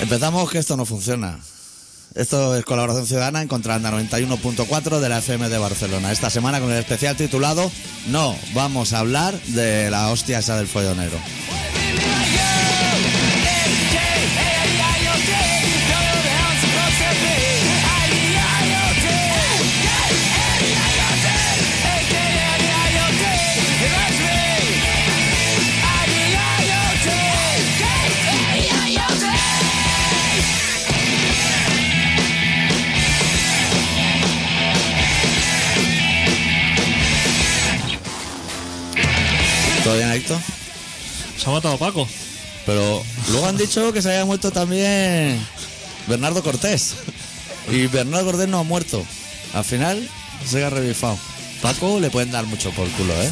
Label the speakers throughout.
Speaker 1: Empezamos que esto no funciona. Esto es Colaboración Ciudadana en contra la 91.4 de la FM de Barcelona. Esta semana con el especial titulado No, vamos a hablar de la hostia esa del follonero. ¿Todo bien, Adicto?
Speaker 2: Se ha matado Paco.
Speaker 1: Pero luego han dicho que se había muerto también Bernardo Cortés. Y Bernardo Cortés no ha muerto. Al final se ha revifado. Paco le pueden dar mucho por culo, ¿eh?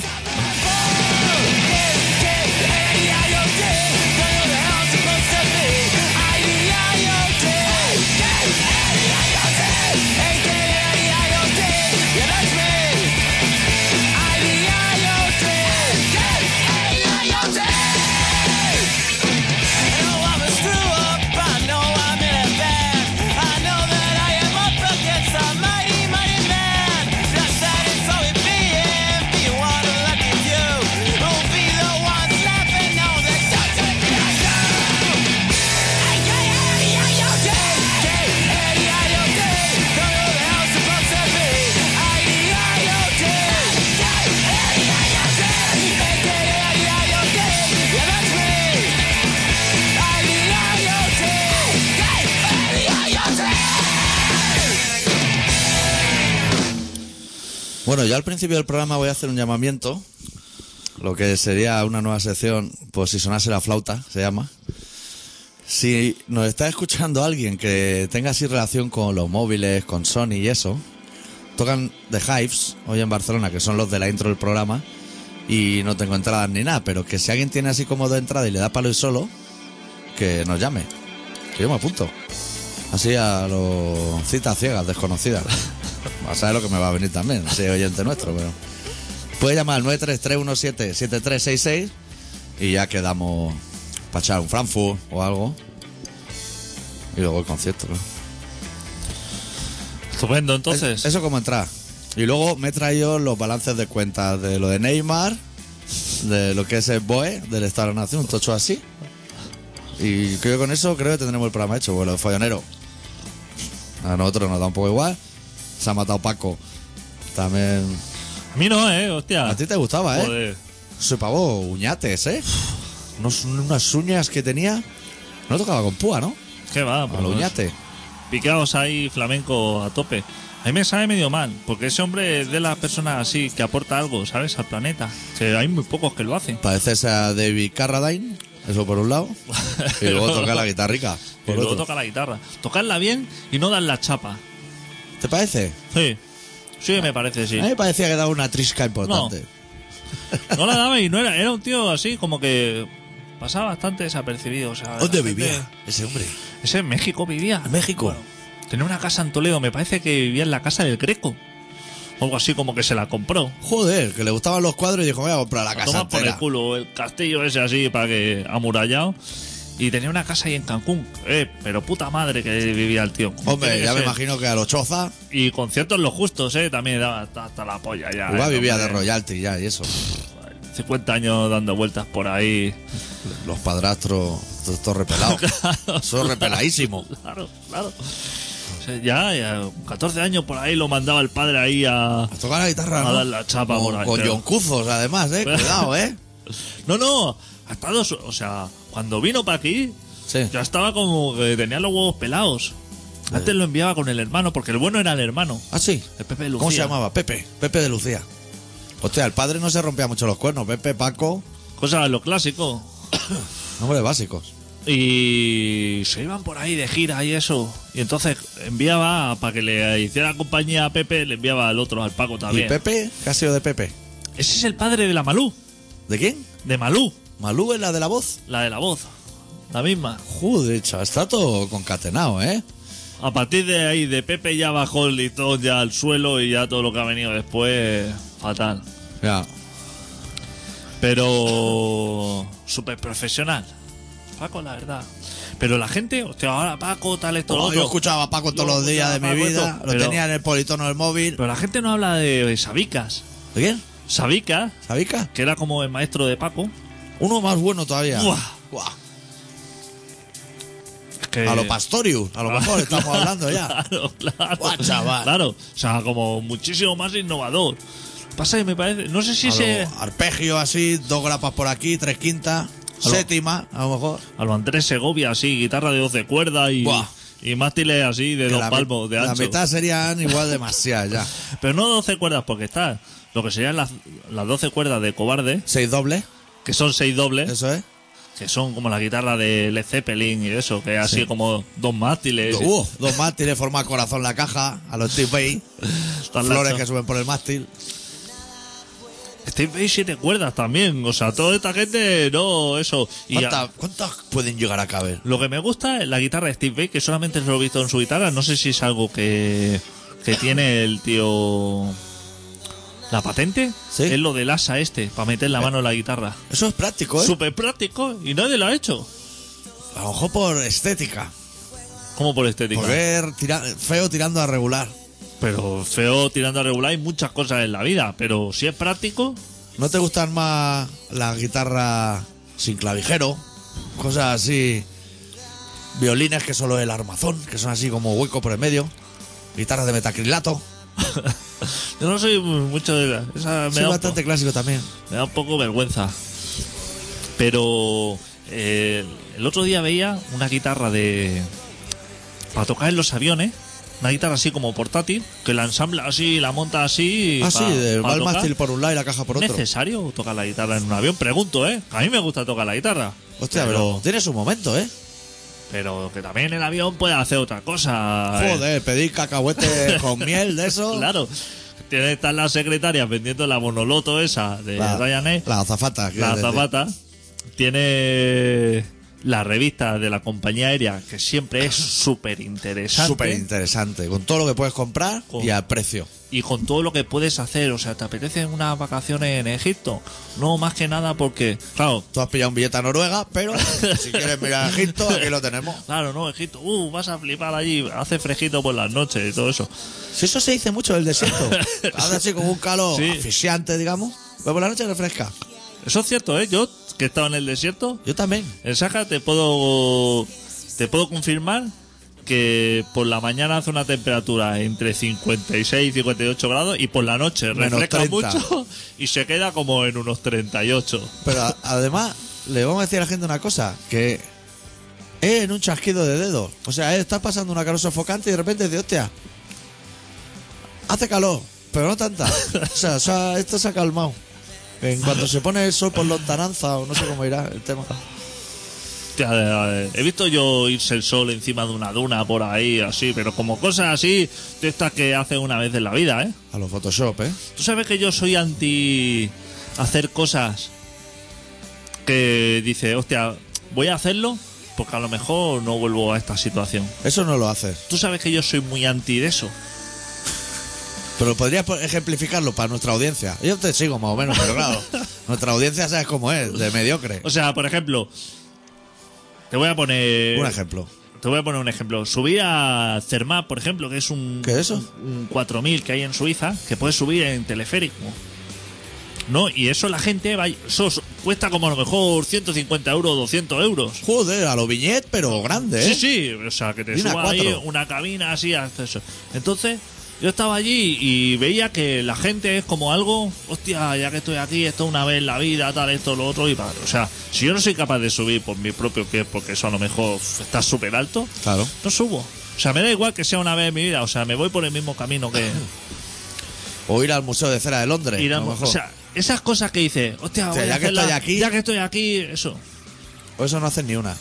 Speaker 1: Bueno, yo al principio del programa voy a hacer un llamamiento, lo que sería una nueva sección, pues si sonase la flauta, se llama. Si nos está escuchando alguien que tenga así relación con los móviles, con Sony y eso, tocan The Hives hoy en Barcelona, que son los de la intro del programa, y no tengo entradas ni nada, pero que si alguien tiene así como de entrada y le da palo y solo, que nos llame. Que yo me apunto. Así a los citas ciegas, desconocidas. A saber lo que me va a venir también, si es oyente nuestro, pero. Puede llamar al 933177366 y ya quedamos para echar un Frankfurt o algo. Y luego el concierto, ¿no?
Speaker 2: Estupendo, entonces.
Speaker 1: Es- Eso como entrar. Y luego me he traído los balances de cuentas de lo de Neymar, de lo que es el BOE, del Estado de la Nación, un tocho así. Y creo que con eso creo que tendremos el programa hecho, bueno, el follonero. A nosotros nos da un poco igual. Se ha matado Paco. También.
Speaker 2: A mí no, eh, hostia.
Speaker 1: A ti te gustaba, ¿eh?
Speaker 2: Joder.
Speaker 1: Se pagó uñates, ¿eh? Unos- unas uñas que tenía. No tocaba con púa, ¿no?
Speaker 2: ¿Qué va?
Speaker 1: A lo
Speaker 2: pues,
Speaker 1: uñate.
Speaker 2: Picaos ahí flamenco a tope. A mí me sabe medio mal, porque ese hombre es de las personas así que aporta algo, ¿sabes? Al planeta. Que hay muy pocos que lo hacen.
Speaker 1: Pareces a David Carradine, eso por un lado. Y luego toca la guitarrica.
Speaker 2: Y
Speaker 1: Por
Speaker 2: luego
Speaker 1: otro.
Speaker 2: toca la guitarra. Tocarla bien y no dar la chapa.
Speaker 1: ¿Te parece?
Speaker 2: Sí. Sí, me parece, sí.
Speaker 1: A mí me parecía que daba una trisca importante.
Speaker 2: No la daba y no era. Era un tío así como que pasaba bastante desapercibido. O sea,
Speaker 3: ¿Dónde
Speaker 2: la gente-
Speaker 3: vivía ese hombre?
Speaker 2: Ese en México vivía.
Speaker 3: ¿En México?
Speaker 2: tenía una casa en Toledo. Me parece que vivía en la casa del Greco. O algo así como que se la compró.
Speaker 1: Joder, que le gustaban los cuadros y dijo, voy a comprar la casa
Speaker 2: Toma por el
Speaker 1: entera.
Speaker 2: culo el castillo ese así para que amurallado. Y tenía una casa ahí en Cancún. Eh, pero puta madre que vivía el tío. ¿Cómo
Speaker 1: Hombre,
Speaker 2: tiene que
Speaker 1: ya me
Speaker 2: ser?
Speaker 1: imagino que a los choza
Speaker 2: Y conciertos los justos, eh. También daba hasta, hasta la polla ya.
Speaker 1: igual
Speaker 2: eh,
Speaker 1: vivía de
Speaker 2: hombre.
Speaker 1: royalty ya y eso.
Speaker 2: 50 años dando vueltas por ahí.
Speaker 1: Los padrastros, todos todo repelados. Son repeladísimos.
Speaker 2: Claro, claro. O sea, ya, ya, 14 años por ahí lo mandaba el padre ahí a.
Speaker 1: A tocar la guitarra,
Speaker 2: A
Speaker 1: ¿no?
Speaker 2: dar la chapa por
Speaker 1: Con,
Speaker 2: ahí,
Speaker 1: con
Speaker 2: pero-
Speaker 1: yoncuzos, además, ¿eh? Cuidado, ¿eh?
Speaker 2: No, no, a Estados O sea, cuando vino para aquí,
Speaker 1: Sí.
Speaker 2: ya estaba como que tenía los huevos pelados. Antes lo enviaba con el hermano, porque el bueno era el hermano.
Speaker 1: Ah, sí.
Speaker 2: El Pepe Lucía.
Speaker 1: ¿Cómo se llamaba? Pepe. Pepe de Lucía. Hostia, el padre no se rompía mucho los cuernos. Pepe, Paco,
Speaker 2: Cosa de lo clásico.
Speaker 1: nombres básicos.
Speaker 2: Y se iban por ahí de gira y eso. Y entonces enviaba, para que le hiciera compañía a Pepe, le enviaba al otro, al Paco
Speaker 1: ¿Y
Speaker 2: también.
Speaker 1: Pepe? ¿Qué ha sido de Pepe?
Speaker 2: Ese es el padre de la Malú.
Speaker 1: ¿De quién?
Speaker 2: De Malú,
Speaker 1: ¿Malú es la de la voz?
Speaker 2: la de la voz. La misma.
Speaker 1: Joder, chaval, está todo concatenado, ¿eh?
Speaker 2: A partir de ahí, de Pepe ya bajó el listón ya al suelo y ya todo lo que ha venido después, fatal.
Speaker 1: Ya.
Speaker 2: Pero súper profesional. Paco, la verdad. Pero la gente, hostia, ahora Paco, tal, esto, lo
Speaker 1: Oh,
Speaker 2: otro.
Speaker 1: yo escuchaba a Paco todos
Speaker 2: Yo
Speaker 1: los días de
Speaker 2: escuchaba
Speaker 1: mi
Speaker 2: a Paco
Speaker 1: vida,
Speaker 2: esto,
Speaker 1: lo
Speaker 2: pero-
Speaker 1: tenía en el politono del móvil.
Speaker 2: Pero la gente no habla de, de Sabicas.
Speaker 1: ¿De quién?
Speaker 2: Sabicas,
Speaker 1: ¿Sabica?
Speaker 2: que era como el maestro de Paco.
Speaker 1: Uno más bueno todavía.
Speaker 2: Buah.
Speaker 1: Buah.
Speaker 2: Es que-
Speaker 1: A lo Pastorius, a
Speaker 2: Ah.
Speaker 1: lo mejor estamos hablando ya.
Speaker 2: Claro, claro.
Speaker 1: Buah, chaval.
Speaker 2: Claro, o sea, como muchísimo más innovador. Pasa que me parece, no sé si
Speaker 1: A
Speaker 2: ese.
Speaker 1: lo arpegio así, dos grapas por aquí, tres quintas,
Speaker 2: lo-
Speaker 1: séptima, a lo mejor.
Speaker 2: A lo Andrés Segovia, así, guitarra de 12 cuerdas y,
Speaker 1: Buah.
Speaker 2: y mástiles así de
Speaker 1: Que
Speaker 2: dos
Speaker 1: la mi-
Speaker 2: palmos de
Speaker 1: la
Speaker 2: ancho.
Speaker 1: mitad serían igual demasiadas ya.
Speaker 2: Pero no 12 cuerdas porque está lo que serían las, las 12 cuerdas de cobarde,
Speaker 1: Seis dobles,
Speaker 2: que son seis dobles,
Speaker 1: eso es.
Speaker 2: que son como la guitarra de Led Zeppelin y eso, que es así
Speaker 1: Sí.
Speaker 2: como dos mástiles.
Speaker 1: Dos, uh, dos mástiles, forma corazón la caja, a los Steve Bay,
Speaker 2: Tan
Speaker 1: flores
Speaker 2: lacho.
Speaker 1: que suben por el mástil.
Speaker 2: Steve Vai siete cuerdas también, o sea, toda esta gente, no, eso. Y a-
Speaker 1: ¿Cuántas, cuántas pueden llegar a caber?
Speaker 2: Lo que me gusta es la guitarra de Steve Vai, que solamente se lo he visto en su guitarra. No sé si es algo que, que tiene el tío. La patente
Speaker 1: Sí. Eh.
Speaker 2: es lo del asa este, para meter la mano en la guitarra.
Speaker 1: Eso es práctico, ¿eh?
Speaker 2: Súper práctico y nadie lo ha hecho.
Speaker 1: A lo mejor por estética.
Speaker 2: Como por estética.
Speaker 1: Por ver tira- feo tirando a regular.
Speaker 2: Pero feo tirando a regular hay muchas cosas en la vida. Pero si es práctico,
Speaker 1: ¿No te gustan más las guitarras sin clavijero? Cosas así. Violines que solo el armazón, que son así como hueco por el medio. Guitarras de metacrilato.
Speaker 2: yo no soy mucho de la- esa. Me
Speaker 1: Soy
Speaker 2: da un
Speaker 1: bastante clásico también.
Speaker 2: Me da un poco vergüenza. Pero eh, el otro día veía una guitarra de. para tocar en los aviones. Una guitarra así como portátil, que la ensambla así, la monta así.
Speaker 1: ah,
Speaker 2: pa-
Speaker 1: sí, del
Speaker 2: pa
Speaker 1: va el
Speaker 2: tocar.
Speaker 1: mástil por un lado y la caja por otro.
Speaker 2: ¿Necesario tocar la guitarra en un avión? Pregunto, ¿eh? A mí me gusta tocar la guitarra.
Speaker 1: Hostia, pero tiene su momento, ¿eh?
Speaker 2: Pero que también el avión puede hacer otra cosa. ¿eh?
Speaker 1: Joder, pedir cacahuetes con miel de eso.
Speaker 2: Claro. Tiene que estar la secretaria vendiendo la monoloto esa de
Speaker 1: La,
Speaker 2: Ryanair.
Speaker 1: eh, la azafata. que-
Speaker 2: La
Speaker 1: de- de-
Speaker 2: Zapata tiene la revista de la compañía aérea que siempre es súper interesante
Speaker 1: Súper interesante. Con todo lo que puedes comprar
Speaker 2: Con-
Speaker 1: y al precio.
Speaker 2: y con todo lo que puedes hacer. O sea, ¿te apetecen unas vacaciones en Egipto? No, más que nada porque, claro,
Speaker 1: Tú has pillado un billete a Noruega, pero si quieres mirar a Egipto, aquí lo tenemos.
Speaker 2: claro, no, Egipto, uh, vas a flipar allí, hace fresquito por las noches y todo eso.
Speaker 1: Si eso se dice mucho del desierto. Hace así como un calor
Speaker 2: Sí.
Speaker 1: asfixiante, digamos. Pero por la noche refresca.
Speaker 2: Eso es cierto, ¿eh? Yo, que he estado en el desierto,
Speaker 1: Yo también.
Speaker 2: en Saja te puedo, te puedo confirmar que por la mañana hace una temperatura entre 56 y 58 grados y por la noche
Speaker 1: Menos
Speaker 2: refresca
Speaker 1: 30.
Speaker 2: mucho y se queda como en unos 38.
Speaker 1: Pero a- además, le vamos a decir a la gente una cosa, que es en un chasquido de dedos. O sea, estás pasando una calor sofocante y de repente dices, hostia, hace calor, pero no tanta. O sea, o sea, esto se ha calmado. En cuanto se pone el sol por lontananza, o no sé cómo irá el tema.
Speaker 2: Hostia, eh, eh, He visto yo irse el sol encima de una duna por ahí, así, pero como cosas así de estas que hace una vez en la vida, ¿eh?
Speaker 1: A los Photoshop, ¿eh?
Speaker 2: Tú sabes que yo soy anti hacer cosas que dice, hostia, voy a hacerlo porque a lo mejor no vuelvo a esta situación.
Speaker 1: Eso no lo haces.
Speaker 2: Tú sabes que yo soy muy anti de eso.
Speaker 1: Pero podrías po- ejemplificarlo para nuestra audiencia. Yo te sigo más o menos, pero claro, nuestra audiencia sabes cómo es, de mediocre.
Speaker 2: O sea, por ejemplo, te voy a poner.
Speaker 1: Un ejemplo.
Speaker 2: Te voy a poner un ejemplo. Subir a Zermatt, por ejemplo, que es un.
Speaker 1: ¿Qué es eso?
Speaker 2: Un, un 4000 que hay en Suiza, que puedes subir en teleférico. ¿No? Y eso la gente va. Eso s- cuesta como a lo mejor 150 euros, 200 euros.
Speaker 1: Joder, a lo viñet, pero grande, ¿eh?
Speaker 2: Sí, sí, o sea, que te
Speaker 1: Y una
Speaker 2: suba ahí
Speaker 1: cuatro.
Speaker 2: una cabina así, hasta eso. Entonces, yo estaba allí y veía que la gente es como algo, hostia, ya que estoy aquí, esto una vez en la vida, tal, esto, lo otro, y para. O sea, si yo no soy capaz de subir por mi propio pie, porque eso a lo mejor está súper alto,
Speaker 1: Claro.
Speaker 2: no subo. O sea, me da igual que sea una vez en mi vida, o sea, me voy por el mismo camino que
Speaker 1: O ir al Museo de Cera de Londres.
Speaker 2: ir
Speaker 1: a
Speaker 2: al-
Speaker 1: lo
Speaker 2: O
Speaker 1: mejor.
Speaker 2: sea, esas cosas que dices, hostia,
Speaker 1: Hostia,
Speaker 2: voy a
Speaker 1: ya que
Speaker 2: hacerla-
Speaker 1: estoy aquí-
Speaker 2: ya que estoy aquí, eso.
Speaker 1: O eso no hacen ni una.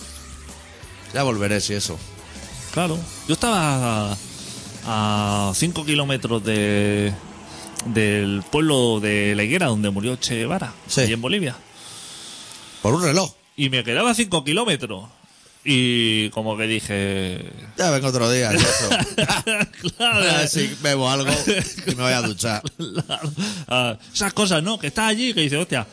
Speaker 1: Ya volveré si eso.
Speaker 2: Claro. Yo estaba a 5 kilómetros de del pueblo de La Higuera donde murió Che Guevara,
Speaker 1: Sí.
Speaker 2: allí en Bolivia.
Speaker 1: Por un reloj.
Speaker 2: Y me quedaba a 5 kilómetros. Y como que dije...
Speaker 1: Ya vengo otro día. y eso. A
Speaker 2: claro,
Speaker 1: ver si bebo algo y me voy a duchar.
Speaker 2: claro. Ah, esas cosas, ¿no? Que estás allí y que dices, hostia,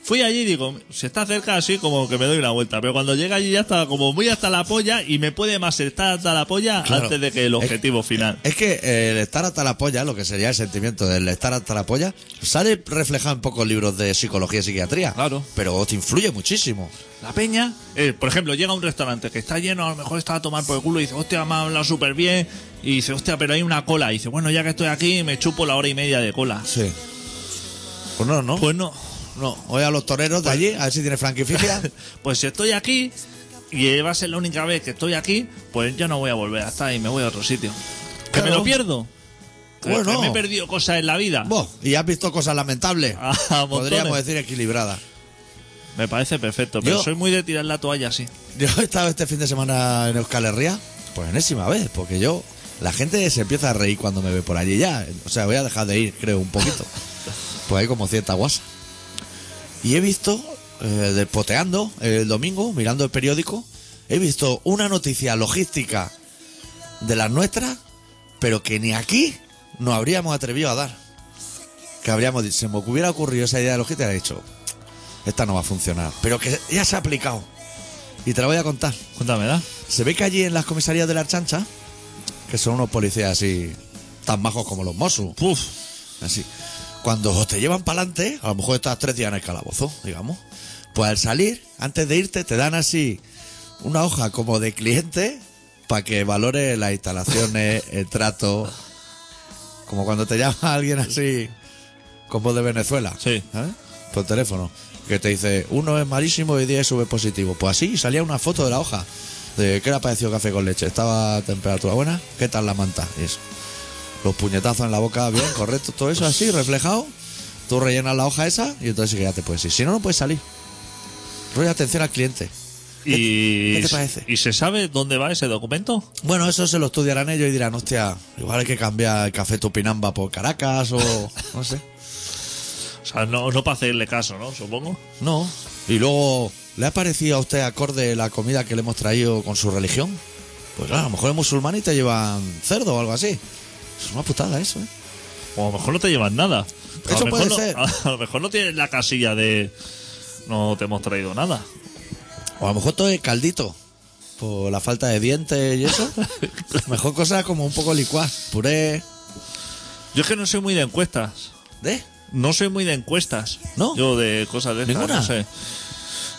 Speaker 2: Fui allí y digo, si está cerca así como que me doy una vuelta, pero cuando llega allí ya está como muy hasta la polla y me puede más estar hasta la polla
Speaker 1: Claro.
Speaker 2: antes de que el
Speaker 1: Es-
Speaker 2: objetivo final.
Speaker 1: Es que eh, el estar hasta la polla, lo que sería el sentimiento del estar hasta la polla, sale reflejado en pocos libros de psicología y psiquiatría.
Speaker 2: Claro.
Speaker 1: Pero te influye muchísimo.
Speaker 2: La peña, eh, por ejemplo, llega a un restaurante que está lleno, a lo mejor está a tomar por el culo y dice, hostia, me ha hablado súper bien. Y dice, hostia, pero hay una cola. Y dice, bueno, ya que estoy aquí, me chupo la hora y media de cola.
Speaker 1: Sí. Pues no, ¿no?
Speaker 2: Pues no, no.
Speaker 1: Oye a los toreros de allí, a ver si tiene franquicia.
Speaker 2: Pues si estoy aquí y va a ser la única vez que estoy aquí, pues yo no voy a volver hasta ahí, me voy a otro sitio. ¿Que me
Speaker 1: Claro.
Speaker 2: lo pierdo? ¿Que-
Speaker 1: Bueno.
Speaker 2: que me he perdido cosas en la vida.
Speaker 1: Vos, y has visto cosas lamentables.
Speaker 2: Ah,
Speaker 1: Podríamos
Speaker 2: montones.
Speaker 1: decir equilibrada.
Speaker 2: Me parece perfecto, pero
Speaker 1: Yo-
Speaker 2: soy muy de tirar la toalla así.
Speaker 1: Yo he estado este fin de semana en Euskal Herria, por enésima vez, porque yo. La gente se empieza a reír cuando me ve por allí ya. O sea, voy a dejar de ir, creo, un poquito. Pues hay como cierta guasa. Y he visto, eh, de- poteando el domingo, mirando el periódico, he visto una noticia logística de las nuestras, pero que ni aquí nos habríamos atrevido a dar. Que habríamos dicho, se me hubiera ocurrido esa idea de logística, y he dicho, esta no va a funcionar. Pero que ya se ha aplicado. Y te la voy a contar.
Speaker 2: Cuéntame, ¿da?
Speaker 1: Se ve que allí en las comisarías de la chancha, que son unos policías así tan majos como los Mosu,
Speaker 2: Puf,
Speaker 1: Así. Cuando te llevan para adelante, a lo mejor estás tres días en el calabozo, digamos. Pues al salir, antes de irte, te dan así una hoja como de cliente para que valore las instalaciones, el trato. Como cuando te llama alguien así, con voz de Venezuela.
Speaker 2: Sí.
Speaker 1: ¿sabes? Por teléfono. Que te dice, uno es malísimo y diez es súper positivo. Pues así salía una foto de la hoja. De qué le ha parecido café con leche. Estaba a temperatura buena. ¿Qué tal la manta? Y eso. Los puñetazos en la boca, bien, correcto. Todo eso así, reflejado. Tú rellenas la hoja esa y entonces Pues sí que ya te puedes ir. Si no, no puedes salir. Rollo atención al cliente.
Speaker 2: Y,
Speaker 1: qué te parece?
Speaker 2: ¿Y se sabe dónde va ese documento?
Speaker 1: Bueno, eso se lo estudiarán ellos y dirán, hostia, igual hay que cambiar el café Tupinamba por Caracas o no sé.
Speaker 2: O sea, no, no para hacerle caso, ¿no? Supongo.
Speaker 1: No. Y luego, ¿le ha parecido a usted acorde la comida que le hemos traído con su religión? Pues claro, a lo mejor es musulmán y te llevan cerdo o algo así. Es una putada eso, ¿eh?
Speaker 2: O a lo mejor no te llevan nada. A lo
Speaker 1: Eso
Speaker 2: mejor
Speaker 1: puede
Speaker 2: no-
Speaker 1: ser.
Speaker 2: a lo mejor no tienes la casilla de no te hemos traído nada.
Speaker 1: O a lo mejor todo es caldito. Por la falta de dientes y eso. mejor cosas como un poco licuar. Puré.
Speaker 2: Yo es que no soy muy de encuestas.
Speaker 1: ¿De?
Speaker 2: No soy muy de encuestas.
Speaker 1: ¿No?
Speaker 2: Yo de cosas de estas,
Speaker 1: ¿Ninguna?
Speaker 2: no sé.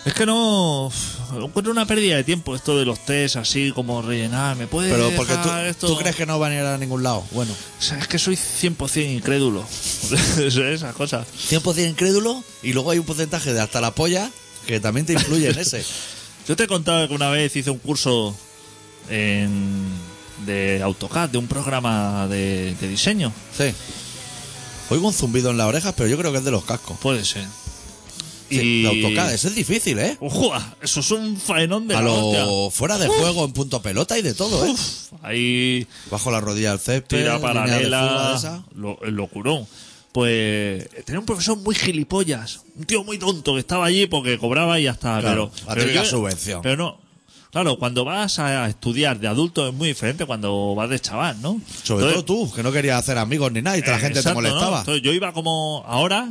Speaker 2: Es que no. uf, Encuentro una pérdida de tiempo esto de los test así como rellenar. ¿Me puedes
Speaker 1: Pero porque tú,
Speaker 2: dejar esto?
Speaker 1: tú crees que no van a ir a ningún lado. Bueno.
Speaker 2: O sea, es que soy 100% incrédulo. Esas cosas.
Speaker 1: 100% incrédulo y luego hay un porcentaje de hasta la polla que también te influye en ese.
Speaker 2: Yo te he contado que una vez hice un curso en- de AutoCAD, de un programa de, de diseño.
Speaker 1: Sí. Oigo un zumbido en las orejas, pero yo creo que es de los cascos.
Speaker 2: Puede ser.
Speaker 1: Sí, la autocada, eso es difícil, ¿eh?
Speaker 2: ¡Ujua! Eso es un faenón de
Speaker 1: A
Speaker 2: la hostia.
Speaker 1: lo ¿eh? fuera de juego, en punto pelota y de todo, ¿eh?
Speaker 2: Uf, ahí
Speaker 1: Bajo la rodilla al césped, línea
Speaker 2: tira
Speaker 1: de fuga
Speaker 2: paralela,
Speaker 1: esa.
Speaker 2: lo, el locurón. Pues tenía un profesor muy gilipollas, un tío muy tonto que estaba allí porque cobraba y ya está.
Speaker 1: Claro,
Speaker 2: pero,
Speaker 1: la
Speaker 2: pero
Speaker 1: típica subvención.
Speaker 2: Pero no. Claro, cuando vas a estudiar de adulto es muy diferente cuando vas de chaval, ¿no?
Speaker 1: Sobre
Speaker 2: Entonces,
Speaker 1: todo tú, que no querías hacer amigos ni nada y la
Speaker 2: eh,
Speaker 1: gente
Speaker 2: exacto,
Speaker 1: te
Speaker 2: ¿no?
Speaker 1: molestaba.
Speaker 2: Entonces, yo iba como ahora,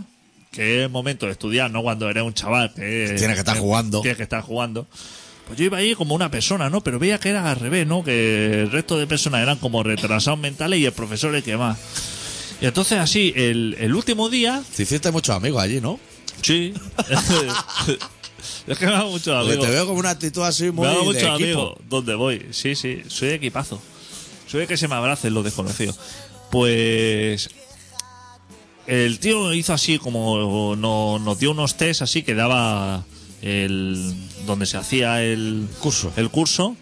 Speaker 2: que es momento de estudiar, no cuando eres un chaval que...
Speaker 1: Tienes que estar jugando.
Speaker 2: Tienes que estar jugando. Pues yo iba ahí como una persona, ¿no? Pero veía que era al revés, ¿no? Que el resto de personas eran como retrasados mentales y el profesor el que más. Y entonces así, el, el último día...
Speaker 1: Te hiciste muchos amigos allí, ¿no?
Speaker 2: Sí. es que me da mucho
Speaker 1: Porque
Speaker 2: amigo.
Speaker 1: te veo como una actitud así muy
Speaker 2: Me hago
Speaker 1: de
Speaker 2: mucho
Speaker 1: equipo.
Speaker 2: amigo. ¿Dónde voy? Sí, sí, soy de equipazo. Soy de que se me abracen los desconocidos. Pues. El tío hizo así, como no- nos dio unos test así que daba el. donde se hacía el.
Speaker 1: Curso.
Speaker 2: El curso.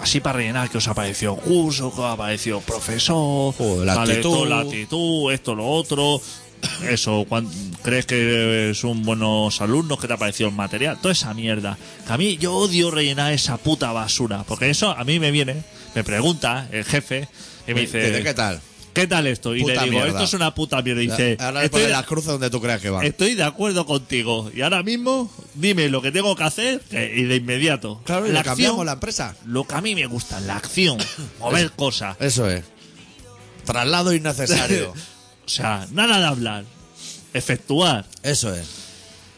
Speaker 2: Así para rellenar que os apareció curso, que os apareció profesor,
Speaker 1: Joder, la
Speaker 2: tal, esto,
Speaker 1: actitud.
Speaker 2: la actitud, esto, lo otro, eso, cuan- crees que son buenos alumnos, que te ha parecido el material, toda esa mierda. Que a mí yo odio rellenar esa puta basura, porque eso a mí me viene, me pregunta el jefe y me dice,
Speaker 1: Dice, ¿Qué tal?
Speaker 2: ¿qué tal esto? Y le
Speaker 1: Puta
Speaker 2: digo,
Speaker 1: mierda.
Speaker 2: esto es una puta mierda. Y dice,
Speaker 1: Ahora le
Speaker 2: estoy,
Speaker 1: pones
Speaker 2: de-
Speaker 1: las cruces donde tú creas que van.
Speaker 2: estoy de acuerdo contigo y ahora mismo dime lo que tengo que hacer eh, y de inmediato.
Speaker 1: Claro, y
Speaker 2: La
Speaker 1: le cambiamos
Speaker 2: acción-
Speaker 1: la empresa.
Speaker 2: Lo que a mí me gusta, la acción, mover cosas.
Speaker 1: Eso es. Traslado innecesario.
Speaker 2: O sea, nada de hablar, efectuar.
Speaker 1: Eso es.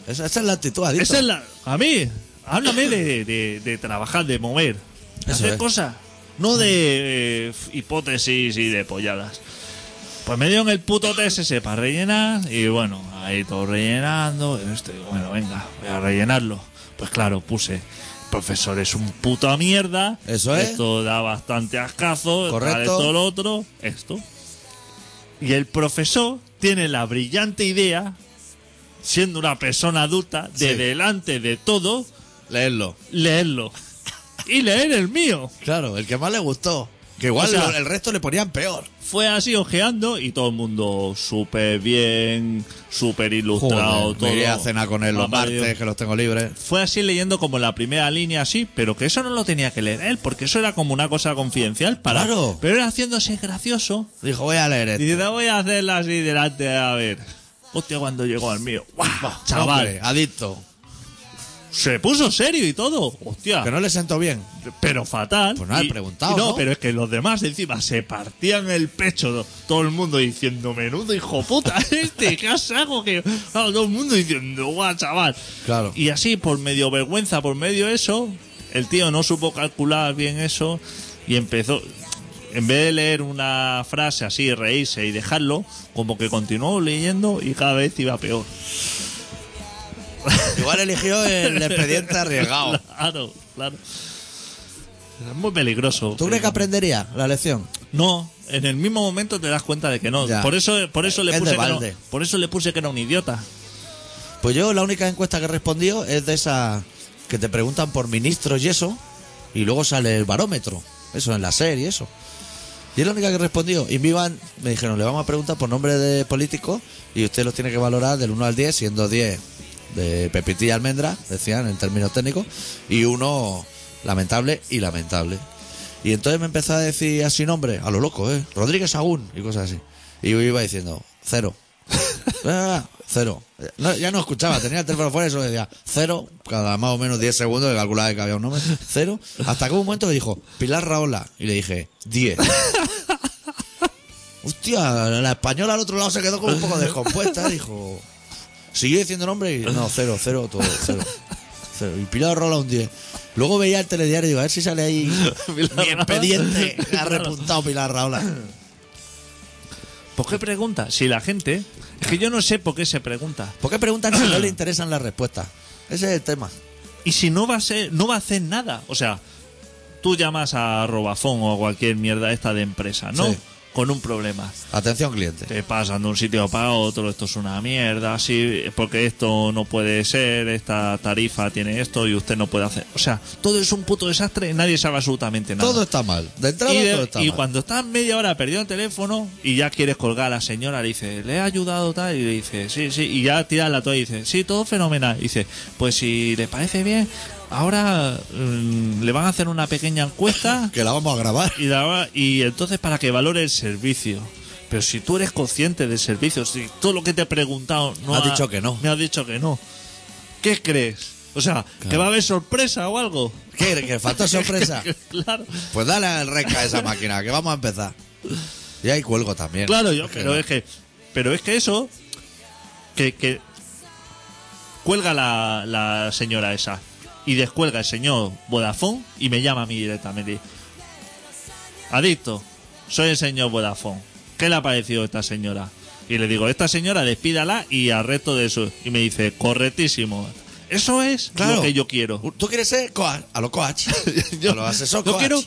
Speaker 1: Esa, esa es la actitud, adicto.
Speaker 2: Esa es la. A mí, háblame de, de- de trabajar, de mover, de
Speaker 1: Eso
Speaker 2: hacer
Speaker 1: es.
Speaker 2: cosas, no de eh, f- hipótesis y de polladas. Pues me dieron el puto TSS para rellenar y bueno, ahí todo rellenando. y esto, y bueno, venga, voy a rellenarlo. Pues claro, puse. Profesor es un puta mierda.
Speaker 1: Eso es.
Speaker 2: Esto da bastante ascazo. tal,
Speaker 1: Correcto.
Speaker 2: Esto, lo otro, esto. Y el profesor tiene la brillante idea, siendo una persona adulta, de
Speaker 1: Sí.
Speaker 2: delante de todo,
Speaker 1: Leerlo.
Speaker 2: leerlo. Y leer el mío.
Speaker 1: Claro, el que más le gustó. Que igual
Speaker 2: O sea-
Speaker 1: lo- el resto le ponían peor.
Speaker 2: Fue así ojeando y todo el mundo súper bien, súper ilustrado,
Speaker 1: Joder,
Speaker 2: todo.
Speaker 1: me iré a cenar con él los
Speaker 2: Mamá de
Speaker 1: martes,
Speaker 2: Dios.
Speaker 1: que los tengo libres.
Speaker 2: Fue así leyendo como la primera línea así, pero que eso no lo tenía que leer él, porque eso era como una cosa confidencial para...
Speaker 1: Claro.
Speaker 2: Pero era haciéndose gracioso
Speaker 1: Dijo, voy a leer esto.
Speaker 2: Dice, no voy a hacerla así delante, a ver. Hostia, cuando llegó al mío. ¡guau! Chaval,
Speaker 1: Hombre, adicto.
Speaker 2: se puso serio y todo. Hostia,
Speaker 1: Que no le sentó bien.
Speaker 2: pero fatal.
Speaker 1: Pues no has
Speaker 2: Y-
Speaker 1: preguntado,
Speaker 2: y No,
Speaker 1: ¿no?
Speaker 2: pero es que los demás encima se partían el pecho. ¿no? Todo el mundo diciendo, menudo hijo puta, este casaco que. Claro, todo el mundo diciendo, guau, chaval.
Speaker 1: Claro.
Speaker 2: Y así, por medio vergüenza, por medio eso, el tío no supo calcular bien eso y empezó. En vez de leer una frase así, reírse y dejarlo, como que continuó leyendo y cada vez iba peor.
Speaker 1: Igual eligió el expediente arriesgado.
Speaker 2: Claro, claro. Es muy peligroso.
Speaker 1: ¿Tú crees que aprendería la lección?
Speaker 2: No, en el mismo momento te das cuenta de que no.
Speaker 1: Ya.
Speaker 2: Por eso, por eso le
Speaker 1: Es de
Speaker 2: puse que no-
Speaker 1: balde.
Speaker 2: por eso le puse que era un idiota.
Speaker 1: Pues yo la única encuesta que he respondido es de esas que te preguntan por ministros y eso, y luego sale el barómetro, eso en la serie, eso. Y es la única que he respondido. Y me, iban- me dijeron, le vamos a preguntar por nombre de políticos y usted los tiene que valorar del 1 al 10, siendo 10 de Pepitilla y Almendra, decían en términos técnicos, y uno lamentable y lamentable. Y entonces me empezó a decir así nombre, a lo loco, ¿eh? Rodríguez Agún y cosas así. Y yo iba diciendo, cero. Ah, cero. No, ya no escuchaba, tenía el teléfono fuera y solo decía cero, cada más o menos 10 segundos que calculaba que había un nombre. Cero. Hasta que hubo un momento que dijo Pilar Raola y le dije 10. Hostia, la española al otro lado se quedó como un poco descompuesta. Dijo, siguió diciendo nombre y no, cero, cero, todo, cero. Cero. Y Pilar Raola un 10. Luego veía el telediario y digo, a ver si sale ahí
Speaker 2: Pilar
Speaker 1: mi
Speaker 2: Rahola.
Speaker 1: expediente. Ha repuntado Pilar Raola.
Speaker 2: ¿Por Pues qué pregunta? Si la gente. Es que yo no sé por qué se pregunta.
Speaker 1: ¿Por qué preguntan si no le interesan las respuestas? Ese es el tema.
Speaker 2: Y si no va a ser, no va a hacer nada. O sea, tú llamas a Robafón o a cualquier mierda esta de empresa, ¿no?
Speaker 1: Sí.
Speaker 2: Con un problema.
Speaker 1: Atención, cliente.
Speaker 2: Te pasan de un sitio para otro, esto es una mierda, sí, porque esto no puede ser, esta tarifa tiene esto y usted no puede hacer. O sea, todo es un puto desastre, nadie sabe absolutamente nada.
Speaker 1: Todo está mal. De entrada
Speaker 2: Y, de-
Speaker 1: todo está
Speaker 2: y
Speaker 1: mal.
Speaker 2: cuando estás media hora perdido el teléfono y ya quieres colgar a la señora, le dices, le he ayudado tal, y le dice, sí, sí, y ya tira la toalla y dice, sí, todo fenomenal. Y dice, pues si le parece bien, ahora mm, le van a hacer una pequeña encuesta
Speaker 1: Que la vamos a grabar.
Speaker 2: y, la va- y entonces para que valore el servicio. Pero si tú eres consciente del servicio, si todo lo que te he preguntado no
Speaker 1: Has
Speaker 2: ha-
Speaker 1: dicho que no.
Speaker 2: me has dicho que no. ¿Qué crees? O sea, que va a haber sorpresa o algo.
Speaker 1: ¿Qué? ¿Que falta sorpresa?
Speaker 2: claro.
Speaker 1: Pues dale al reca a esa máquina, que vamos a empezar. Y ahí cuelgo también.
Speaker 2: Claro, yo,
Speaker 1: Es que
Speaker 2: pero es que, pero es que eso, que, que cuelga la, la señora esa y descuelga el señor Vodafone y me llama a mí directamente. Adicto, soy el señor Vodafone. ¿Qué le ha parecido esta señora? Y le digo, esta señora despídala y arresto de eso. Y me dice, correctísimo. Eso es lo
Speaker 1: Claro.
Speaker 2: que yo quiero.
Speaker 1: ¿Tú quieres ser coach? A los coach. a los asesor
Speaker 2: yo
Speaker 1: coach.
Speaker 2: quiero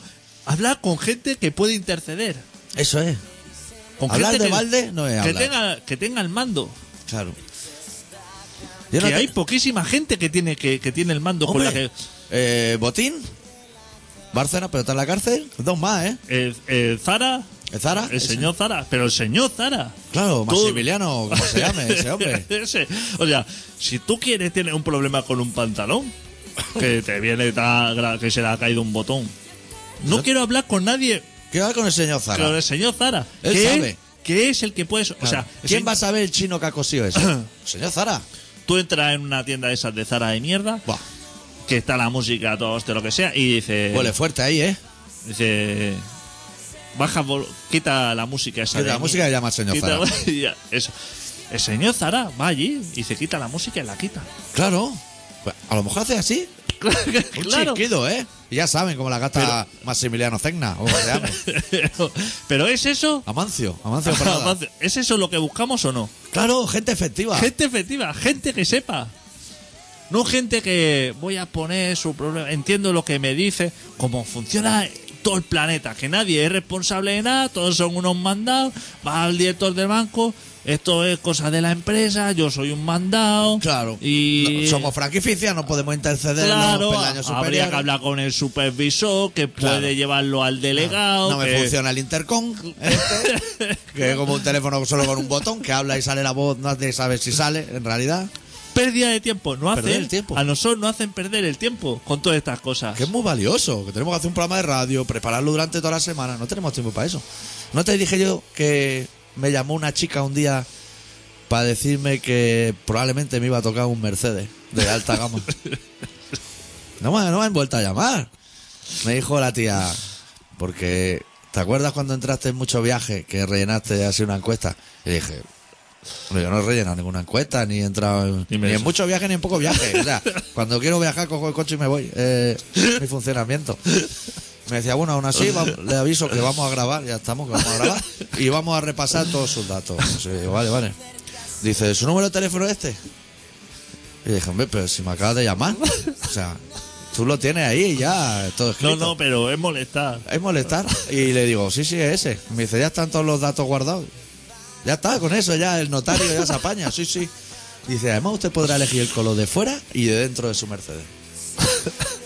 Speaker 2: hablar con gente que puede interceder.
Speaker 1: Eso es.
Speaker 2: Con
Speaker 1: Hablar
Speaker 2: gente
Speaker 1: de
Speaker 2: que-
Speaker 1: balde no es
Speaker 2: que
Speaker 1: hablar.
Speaker 2: tenga, que tenga el mando.
Speaker 1: Claro. Yo no
Speaker 2: que
Speaker 1: te-
Speaker 2: hay poquísima gente que tiene que, que tiene el mando
Speaker 1: Hombre,
Speaker 2: con la que
Speaker 1: eh, Botín. Barcelona, pero está en la cárcel. Dos más, ¿eh?
Speaker 2: el, el Zara
Speaker 1: ¿El Zara?
Speaker 2: el señor Zara pero el señor Zara
Speaker 1: Claro,
Speaker 2: Tú-
Speaker 1: Maximiliano, como se llame ese hombre.
Speaker 2: Ese. o sea si tú quieres tener un problema con un pantalón que te viene tan gra- que se le ha caído un botón no quiero hablar con nadie
Speaker 1: ¿Qué va con el señor
Speaker 2: pero
Speaker 1: Zara?
Speaker 2: el señor Zara
Speaker 1: Él
Speaker 2: que
Speaker 1: sabe.
Speaker 2: es- que es el que puedes o sea
Speaker 1: Claro. ¿Quién
Speaker 2: si
Speaker 1: va a saber el chino que ha cosido eso? señor Zara.
Speaker 2: tú entras en una tienda de esas de Zara de mierda
Speaker 1: Buah,
Speaker 2: que está la música todo esto lo que sea y dices
Speaker 1: huele fuerte ahí, ¿eh?
Speaker 2: Dice. Baja, vol- quita la música esa.
Speaker 1: Quita
Speaker 2: de
Speaker 1: la
Speaker 2: mí.
Speaker 1: música y llama al señor
Speaker 2: Quita- y ya, eso. El señor Zara va allí y se quita la música y la quita.
Speaker 1: Claro. Pues, a lo mejor hace así. Un chisquido, ¿eh? Y ya saben cómo la gata Maximiliano Zegna. O se llame.
Speaker 2: Pero, pero ¿es eso?
Speaker 1: Amancio. Amancio Parada.
Speaker 2: ¿Es eso lo que buscamos o no?
Speaker 1: Claro, gente efectiva.
Speaker 2: Gente efectiva, gente que sepa. No gente que voy a poner su problema, entiendo lo que me dice, cómo funciona todo el planeta, que nadie es responsable de nada, todos son unos mandados, va al director del banco, esto es cosa de la empresa, yo soy un mandado.
Speaker 1: Claro.
Speaker 2: Y
Speaker 1: No, somos franquicia, no podemos interceder
Speaker 2: Claro,
Speaker 1: en los peldaños
Speaker 2: habría
Speaker 1: superiores.
Speaker 2: que hablar con el supervisor que puede
Speaker 1: Claro.
Speaker 2: llevarlo al delegado.
Speaker 1: no me
Speaker 2: que-
Speaker 1: funciona el intercom, este, que es como un teléfono solo con un botón que habla y sale la voz, nadie sabe si sale en realidad.
Speaker 2: Pérdida de tiempo. No
Speaker 1: Perder
Speaker 2: hacen,
Speaker 1: el tiempo.
Speaker 2: A nosotros no hacen perder el tiempo con todas estas cosas.
Speaker 1: Que es muy valioso, que tenemos que hacer un programa de radio, prepararlo durante toda la semana, no tenemos tiempo para eso. ¿No te dije yo que me llamó una chica un día para decirme que probablemente me iba a tocar un Mercedes de alta gama? No me, no me han vuelto a llamar. Me dijo la tía, porque ¿te acuerdas cuando entraste en muchos viajes que rellenaste así una encuesta? Y dije, "Hombre, yo no he rellenado ninguna encuesta, ni he entrado en,
Speaker 2: Dime
Speaker 1: ni en
Speaker 2: eso.
Speaker 1: muchos viajes ni en pocos viajes. O sea, cuando quiero viajar cojo el coche y me voy. Eh, mi funcionamiento. Me decía, bueno, aún así vam- le aviso que vamos a grabar, ya estamos, que vamos a grabar, y vamos a repasar todos sus datos. Sí, vale, vale. Dice, ¿su número de teléfono es este? Y dije, hombre, pero si me acabas de llamar. O sea, tú lo tienes ahí ya, todo
Speaker 2: no,
Speaker 1: escrito.
Speaker 2: no, pero es molestar.
Speaker 1: Es molestar. Y le digo, sí, sí, es ese. Me dice, ya están todos los datos guardados. Ya está, con eso ya el notario ya se apaña, sí, sí. Dice, además usted podrá elegir el color de fuera y de dentro de su Mercedes.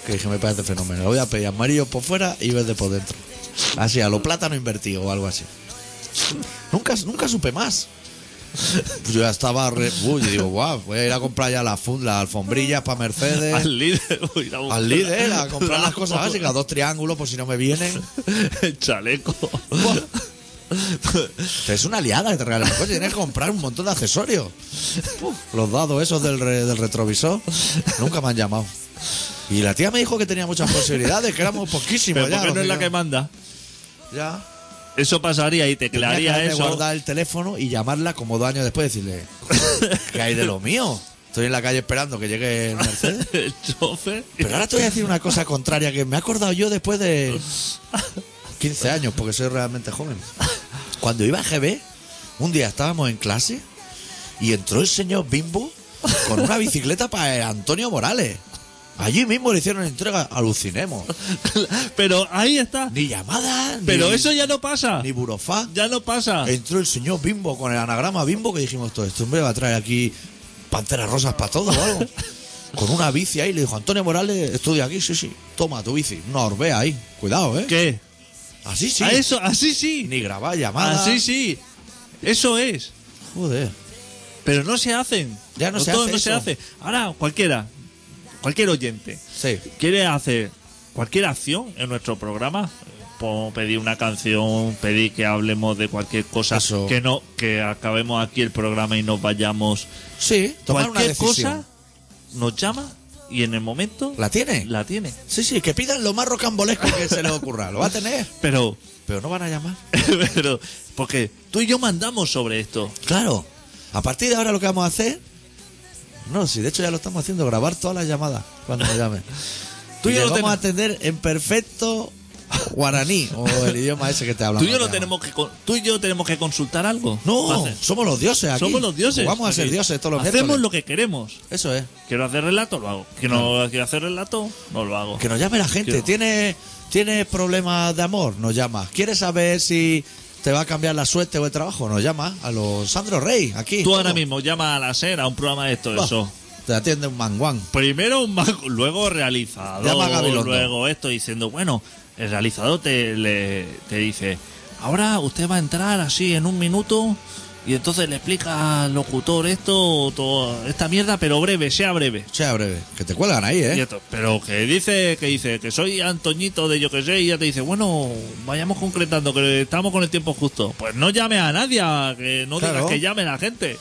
Speaker 1: Que dije, me parece fenomenal. Voy a pedir amarillo por fuera y verde por dentro. Así, a lo plátano invertido o algo así. Nunca, nunca supe más. Pues yo ya estaba re... Uy, yo digo, guau, voy a ir a comprar ya las fun- las alfombrillas para Mercedes.
Speaker 2: Al líder. voy a ir a buscar-
Speaker 1: Al líder, a comprar las cosas
Speaker 2: La-
Speaker 1: básicas, dos triángulos por si no me vienen.
Speaker 2: El chaleco.
Speaker 1: Es una liada que te regalen un coche, tienes que comprar un montón de accesorios. Puf, Los dados esos del, re- del retrovisor nunca me han llamado. Y la tía me dijo que tenía muchas posibilidades, que éramos poquísimos
Speaker 2: pero
Speaker 1: ya.
Speaker 2: porque
Speaker 1: los
Speaker 2: no es la que
Speaker 1: millones.
Speaker 2: manda.
Speaker 1: Ya.
Speaker 2: Eso pasaría y
Speaker 1: Tenía que
Speaker 2: teclaría
Speaker 1: haberme
Speaker 2: eso.
Speaker 1: guardar el teléfono y llamarla como dos años después y decirle, ¿qué hay de lo mío? Estoy en la calle esperando que llegue el Mercedes.
Speaker 2: El chofer.
Speaker 1: Pero ahora te voy a decir una cosa contraria que me he acordado yo después de 15 años, porque soy realmente joven. Cuando iba a GB, un día estábamos en clase y entró el señor Bimbo con una bicicleta para Antonio Morales. Allí mismo le hicieron entrega, alucinemos.
Speaker 2: Pero ahí está.
Speaker 1: Ni llamada, ni,
Speaker 2: Pero eso ya no pasa.
Speaker 1: ni burofá.
Speaker 2: Ya no pasa.
Speaker 1: Entró el señor Bimbo con el anagrama Bimbo que dijimos todo esto. este Hombre, va a traer aquí panteras rosas para todo o algo. Con una bici ahí le dijo, Antonio Morales, estudia aquí, sí, sí. Toma tu bici, una orbea ahí. Cuidado, ¿eh?
Speaker 2: ¿Qué?
Speaker 1: Así sí.
Speaker 2: A eso, así sí.
Speaker 1: Ni grabar llamadas.
Speaker 2: Así sí. Eso es.
Speaker 1: Joder.
Speaker 2: Pero no se hacen.
Speaker 1: Ya no se
Speaker 2: Todo
Speaker 1: hace
Speaker 2: no se
Speaker 1: eso.
Speaker 2: hace. Ahora, cualquiera, cualquier oyente,
Speaker 1: Sí.
Speaker 2: quiere hacer cualquier acción en nuestro programa. Podemos pedir una canción, pedir que hablemos de cualquier cosa.
Speaker 1: Eso.
Speaker 2: Que no, que acabemos aquí el programa y nos vayamos.
Speaker 1: Sí, tomar una
Speaker 2: cualquier
Speaker 1: decisión.
Speaker 2: cosa nos llama y en el momento
Speaker 1: ¿La tiene?
Speaker 2: la tiene.
Speaker 1: Sí, sí, que pidan lo más rocambolesco que se les ocurra. Lo va a tener,
Speaker 2: Pero,
Speaker 1: pero no van a llamar.
Speaker 2: pero, porque tú y yo mandamos sobre esto.
Speaker 1: Claro. A partir de ahora lo que vamos a hacer... No, sí, de hecho ya lo estamos haciendo, grabar todas las llamadas cuando me llamen.
Speaker 2: Tú y yo
Speaker 1: Le
Speaker 2: lo
Speaker 1: vamos a
Speaker 2: tenemos.
Speaker 1: atender en perfecto guaraní o el idioma ese que te hablan.
Speaker 2: Tú y, yo lo tenemos que, con- tú y yo tenemos que consultar algo.
Speaker 1: No,
Speaker 2: Hace-
Speaker 1: somos los dioses aquí.
Speaker 2: Somos los dioses.
Speaker 1: Vamos a ser
Speaker 2: Aquí.
Speaker 1: dioses todos los
Speaker 2: Hacemos
Speaker 1: miércoles.
Speaker 2: lo que queremos.
Speaker 1: Eso es.
Speaker 2: Quiero hacer relato, lo hago. Quiero quiero hacer relato, no lo hago.
Speaker 1: Que nos llame la gente.
Speaker 2: Quiero-
Speaker 1: ¿Tiene, ¿Tienes problemas de amor? Nos llama. ¿Quieres saber si te va a cambiar la suerte o el trabajo? Nos llama a los Sandro Rey aquí.
Speaker 2: Tú ahora
Speaker 1: Todo.
Speaker 2: mismo llama a la SER a un programa de esto,
Speaker 1: Bah,
Speaker 2: eso.
Speaker 1: Te atiende un manguán.
Speaker 2: Primero un mago, luego realizador,
Speaker 1: Llama a Gabilondo.
Speaker 2: luego esto diciendo, bueno, el realizador te, le- te dice, ahora usted va a entrar así en un minuto y entonces le explica al locutor esto, todo- esta mierda, pero breve, sea breve.
Speaker 1: Sea breve. Que te cuelgan ahí,
Speaker 2: Y
Speaker 1: ¿eh?
Speaker 2: esto, pero que dice, que dice, que soy Antoñito de yo que sé, y ya te dice, bueno, vayamos concretando, que estamos con el tiempo justo. Pues no llame a nadie, a que no
Speaker 1: Claro.
Speaker 2: digas que llame la gente.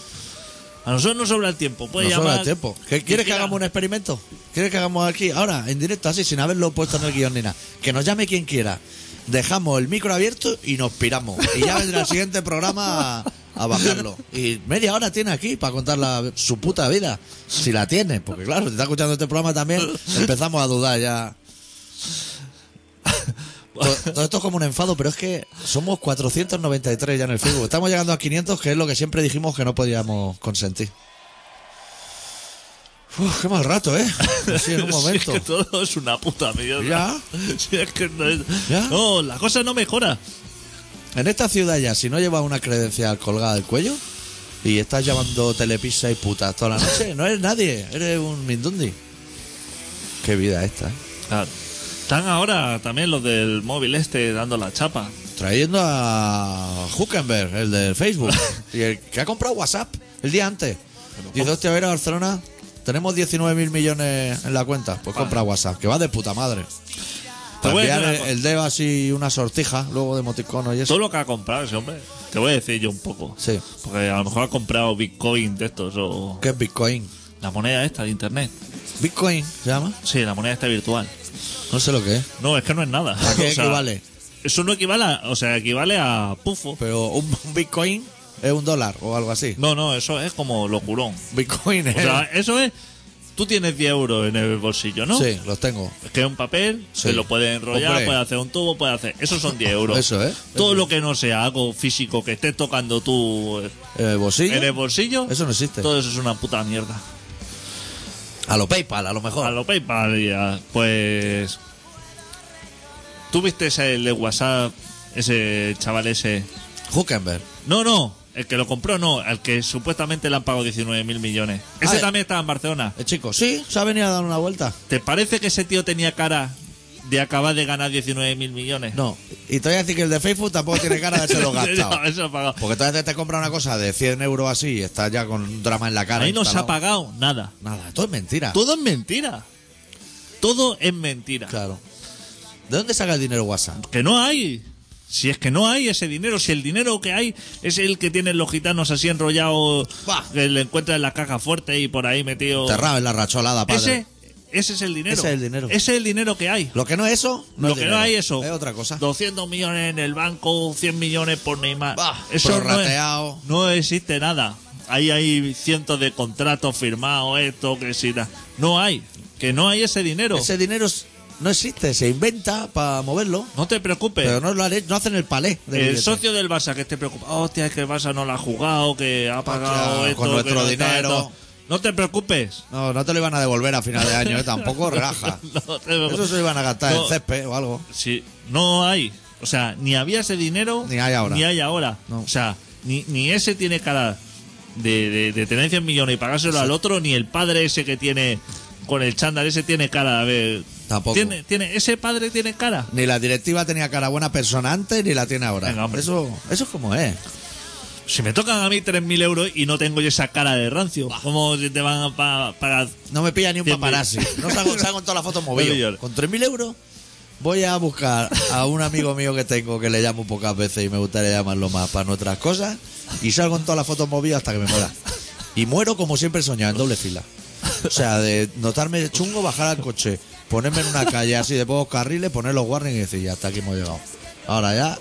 Speaker 2: A nosotros no sobra el tiempo, Pues puede
Speaker 1: No sobra
Speaker 2: llamar
Speaker 1: el tiempo. ¿Qué-
Speaker 2: quien
Speaker 1: ¿Quieres que
Speaker 2: quiera.
Speaker 1: hagamos un experimento? ¿Quieres que hagamos aquí, ahora, en directo, así, sin haberlo puesto en el guión ni nada? Que nos llame quien quiera. Dejamos el micro abierto y nos piramos. Y ya vendrá el siguiente programa a bajarlo. Y media hora tiene aquí para contar la- su puta vida. Si la tiene, porque claro, si está escuchando este programa también, empezamos a dudar ya. To- Todo esto es como un enfado, pero es que somos 493 ya en el Facebook. Estamos llegando a 500, que es lo que siempre dijimos que no podíamos consentir. Uf, qué mal rato, ¿eh? Sí, en un momento.
Speaker 2: Si es que todo es una puta mierda.
Speaker 1: Ya.
Speaker 2: Si es que no es-
Speaker 1: Ya.
Speaker 2: No, la cosa no mejora.
Speaker 1: En esta ciudad ya, si no llevas una credencial colgada del cuello y estás llamando telepizza y putas toda la noche, no eres nadie, eres un mindundi. Qué vida esta, ¿eh?
Speaker 2: Claro. Están ahora también los del móvil este dando la chapa.
Speaker 1: Trayendo a Huckenberg, el de Facebook, y el que ha comprado WhatsApp el día antes. Dice, hostia, voy a ir a Barcelona, tenemos 19 mil millones en la cuenta, pues compra WhatsApp, que va de puta madre.
Speaker 2: Te voy a
Speaker 1: También
Speaker 2: decir una
Speaker 1: el,
Speaker 2: cosa.
Speaker 1: el dedo así, una sortija, luego de emoticono y eso.
Speaker 2: Todo lo que ha comprado ese hombre. Te voy a decir yo un poco.
Speaker 1: Sí.
Speaker 2: Porque a lo mejor ha comprado Bitcoin de estos o
Speaker 1: ¿Qué es Bitcoin?
Speaker 2: la moneda esta de internet.
Speaker 1: ¿Bitcoin se llama?
Speaker 2: Sí, la moneda esta virtual.
Speaker 1: No sé lo que es.
Speaker 2: No, es que no es nada.
Speaker 1: ¿A qué
Speaker 2: O sea,
Speaker 1: equivale?
Speaker 2: Eso no equivale a, o sea, equivale a pufo.
Speaker 1: Pero un, un Bitcoin es un dólar o algo así.
Speaker 2: No, no, eso es como locurón.
Speaker 1: Bitcoin es.
Speaker 2: O sea, eso es. Tú tienes 10 euros en el bolsillo, ¿no?
Speaker 1: Sí, los tengo.
Speaker 2: Es que es un papel,
Speaker 1: Sí.
Speaker 2: se lo puede enrollar,
Speaker 1: Hombre.
Speaker 2: puede hacer un tubo, puede hacer. Eso son 10 euros.
Speaker 1: Eso, ¿eh?
Speaker 2: Todo lo que no sea algo físico que estés tocando tú eh,
Speaker 1: Eh, bolsillo.
Speaker 2: en el bolsillo.
Speaker 1: Eso no existe.
Speaker 2: Todo eso es una puta mierda.
Speaker 1: A lo PayPal, a lo mejor.
Speaker 2: A lo PayPal, y a- pues. ¿Tú viste ese el de WhatsApp, ese chaval ese?
Speaker 1: Zuckerberg.
Speaker 2: No, no, el que lo compró no, al que supuestamente le han pagado 19 mil millones. Ese
Speaker 1: Ah, eh.
Speaker 2: también estaba en Barcelona.
Speaker 1: El chico, sí, se ha venido a dar una vuelta.
Speaker 2: ¿Te parece que ese tío tenía cara de acabar de ganar 19 mil millones?
Speaker 1: No. Y te voy a decir que el de Facebook tampoco tiene cara de haberse lo gastado.
Speaker 2: No, eso ha pagado.
Speaker 1: Porque todas veces te compra una cosa de 100 euros así y estás ya con un drama en la cara.
Speaker 2: Ahí no se ha
Speaker 1: instalado.
Speaker 2: pagado nada.
Speaker 1: Nada, todo es mentira.
Speaker 2: Todo es mentira. Todo es mentira.
Speaker 1: Claro. ¿De dónde saca el dinero WhatsApp?
Speaker 2: Que no hay. Si es que no hay ese dinero, si el dinero que hay es el que tienen los gitanos así enrollado,
Speaker 1: Bah.
Speaker 2: que le encuentran en la caja fuerte y por ahí metido.
Speaker 1: Enterrado en la racholada, padre.
Speaker 2: Ese, ese es el dinero.
Speaker 1: Ese es el dinero.
Speaker 2: Ese es el dinero que hay.
Speaker 1: Lo que no es eso, no
Speaker 2: Lo
Speaker 1: es
Speaker 2: que
Speaker 1: dinero.
Speaker 2: no hay eso.
Speaker 1: Es otra cosa.
Speaker 2: 200 millones en el banco, 100 millones por Neymar.
Speaker 1: Bah,
Speaker 2: eso no, es-
Speaker 1: prorrateado.
Speaker 2: no existe nada. Ahí hay cientos de contratos firmados, esto, que si da- No hay. Que no hay ese dinero.
Speaker 1: Ese dinero s- no existe, se inventa para moverlo.
Speaker 2: No te preocupes.
Speaker 1: Pero no, lo han hecho- no hacen el palé. del
Speaker 2: el
Speaker 1: billete.
Speaker 2: socio del Barça que esté preocupado, hostia, es que el Barça no lo ha jugado, que ha pagado
Speaker 1: Hostia,
Speaker 2: esto,
Speaker 1: con
Speaker 2: que
Speaker 1: nuestro
Speaker 2: no está
Speaker 1: dinero.
Speaker 2: esto. No te preocupes.
Speaker 1: No, no te lo iban a devolver a final de año, ¿eh? tampoco relaja.
Speaker 2: No te preocupes.
Speaker 1: Eso se lo iban a gastar
Speaker 2: No.
Speaker 1: en césped o algo.
Speaker 2: Sí, no hay. O sea, ni había ese dinero.
Speaker 1: Ni hay ahora.
Speaker 2: Ni hay ahora.
Speaker 1: No.
Speaker 2: O sea, ni, ni ese tiene cara de, de, de tener 100 millones y pagárselo al otro, ni el padre ese que tiene con el chándal ese tiene cara. A ver.
Speaker 1: Tampoco.
Speaker 2: Tiene, tiene, ese padre tiene cara.
Speaker 1: Ni la directiva tenía cara buena persona antes ni la tiene ahora.
Speaker 2: Venga, hombre.
Speaker 1: eso, eso es como es.
Speaker 2: Si me tocan a mí 3.000 euros y no tengo yo esa cara de rancio, ¿cómo si te van a pa- pagar?
Speaker 1: No me pilla ni un
Speaker 2: Cien mil.
Speaker 1: paparazzi. No salgo, salgo en todas las fotos
Speaker 2: Mil
Speaker 1: movido.
Speaker 2: millones.
Speaker 1: Con 3.000 euros voy a buscar a un amigo mío que tengo que le llamo pocas veces y me gustaría llamarlo más para nuestras cosas. Y salgo en todas las fotos movidas hasta que me muera. Y muero como siempre soñaba, en doble fila. O sea, de notarme chungo, bajar al coche, ponerme en una calle así de pocos carriles, poner los warnings y decir, ya hasta aquí hemos llegado. Ahora ya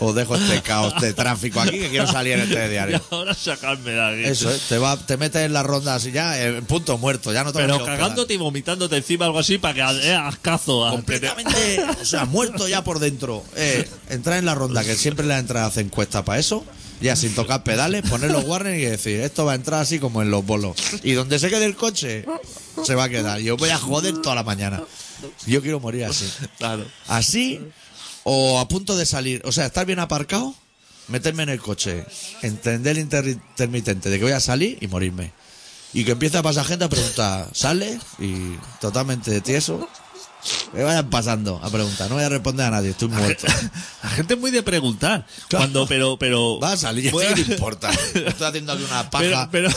Speaker 1: os dejo este caos de tráfico aquí que quiero salir en este
Speaker 2: Y
Speaker 1: diario.
Speaker 2: ahora sacarme de aquí.
Speaker 1: Eso, ¿eh? te, va, te metes en la ronda así ya, en punto muerto, ya no te vas a
Speaker 2: Pero
Speaker 1: quedar.
Speaker 2: cagándote y vomitándote encima, algo así, para que hagas cazo. a-
Speaker 1: completamente, o sea, muerto ya por dentro. Eh, entrar en la ronda, que siempre la entrada hace encuesta para eso, ya sin tocar pedales, poner los warnings y decir, esto va a entrar así como en los bolos. Y donde se quede el coche, se va a quedar. Yo voy a joder toda la mañana. Yo quiero morir así.
Speaker 2: Claro.
Speaker 1: Así o a punto de salir, o sea, estar bien aparcado, meterme en el coche, entender el inter- intermitente de que voy a salir y morirme. Y que empieza a pasar gente a preguntar, ¿sale? Y totalmente tieso. Me vayan pasando a preguntar, no voy a responder a nadie, estoy muerto.
Speaker 2: La gente es muy de preguntar.
Speaker 1: Claro.
Speaker 2: Cuando, pero, pero.
Speaker 1: Va a salir,
Speaker 2: Bueno,
Speaker 1: ¿qué te importa? Estoy haciendo aquí una
Speaker 2: pero,
Speaker 1: paja.
Speaker 2: pero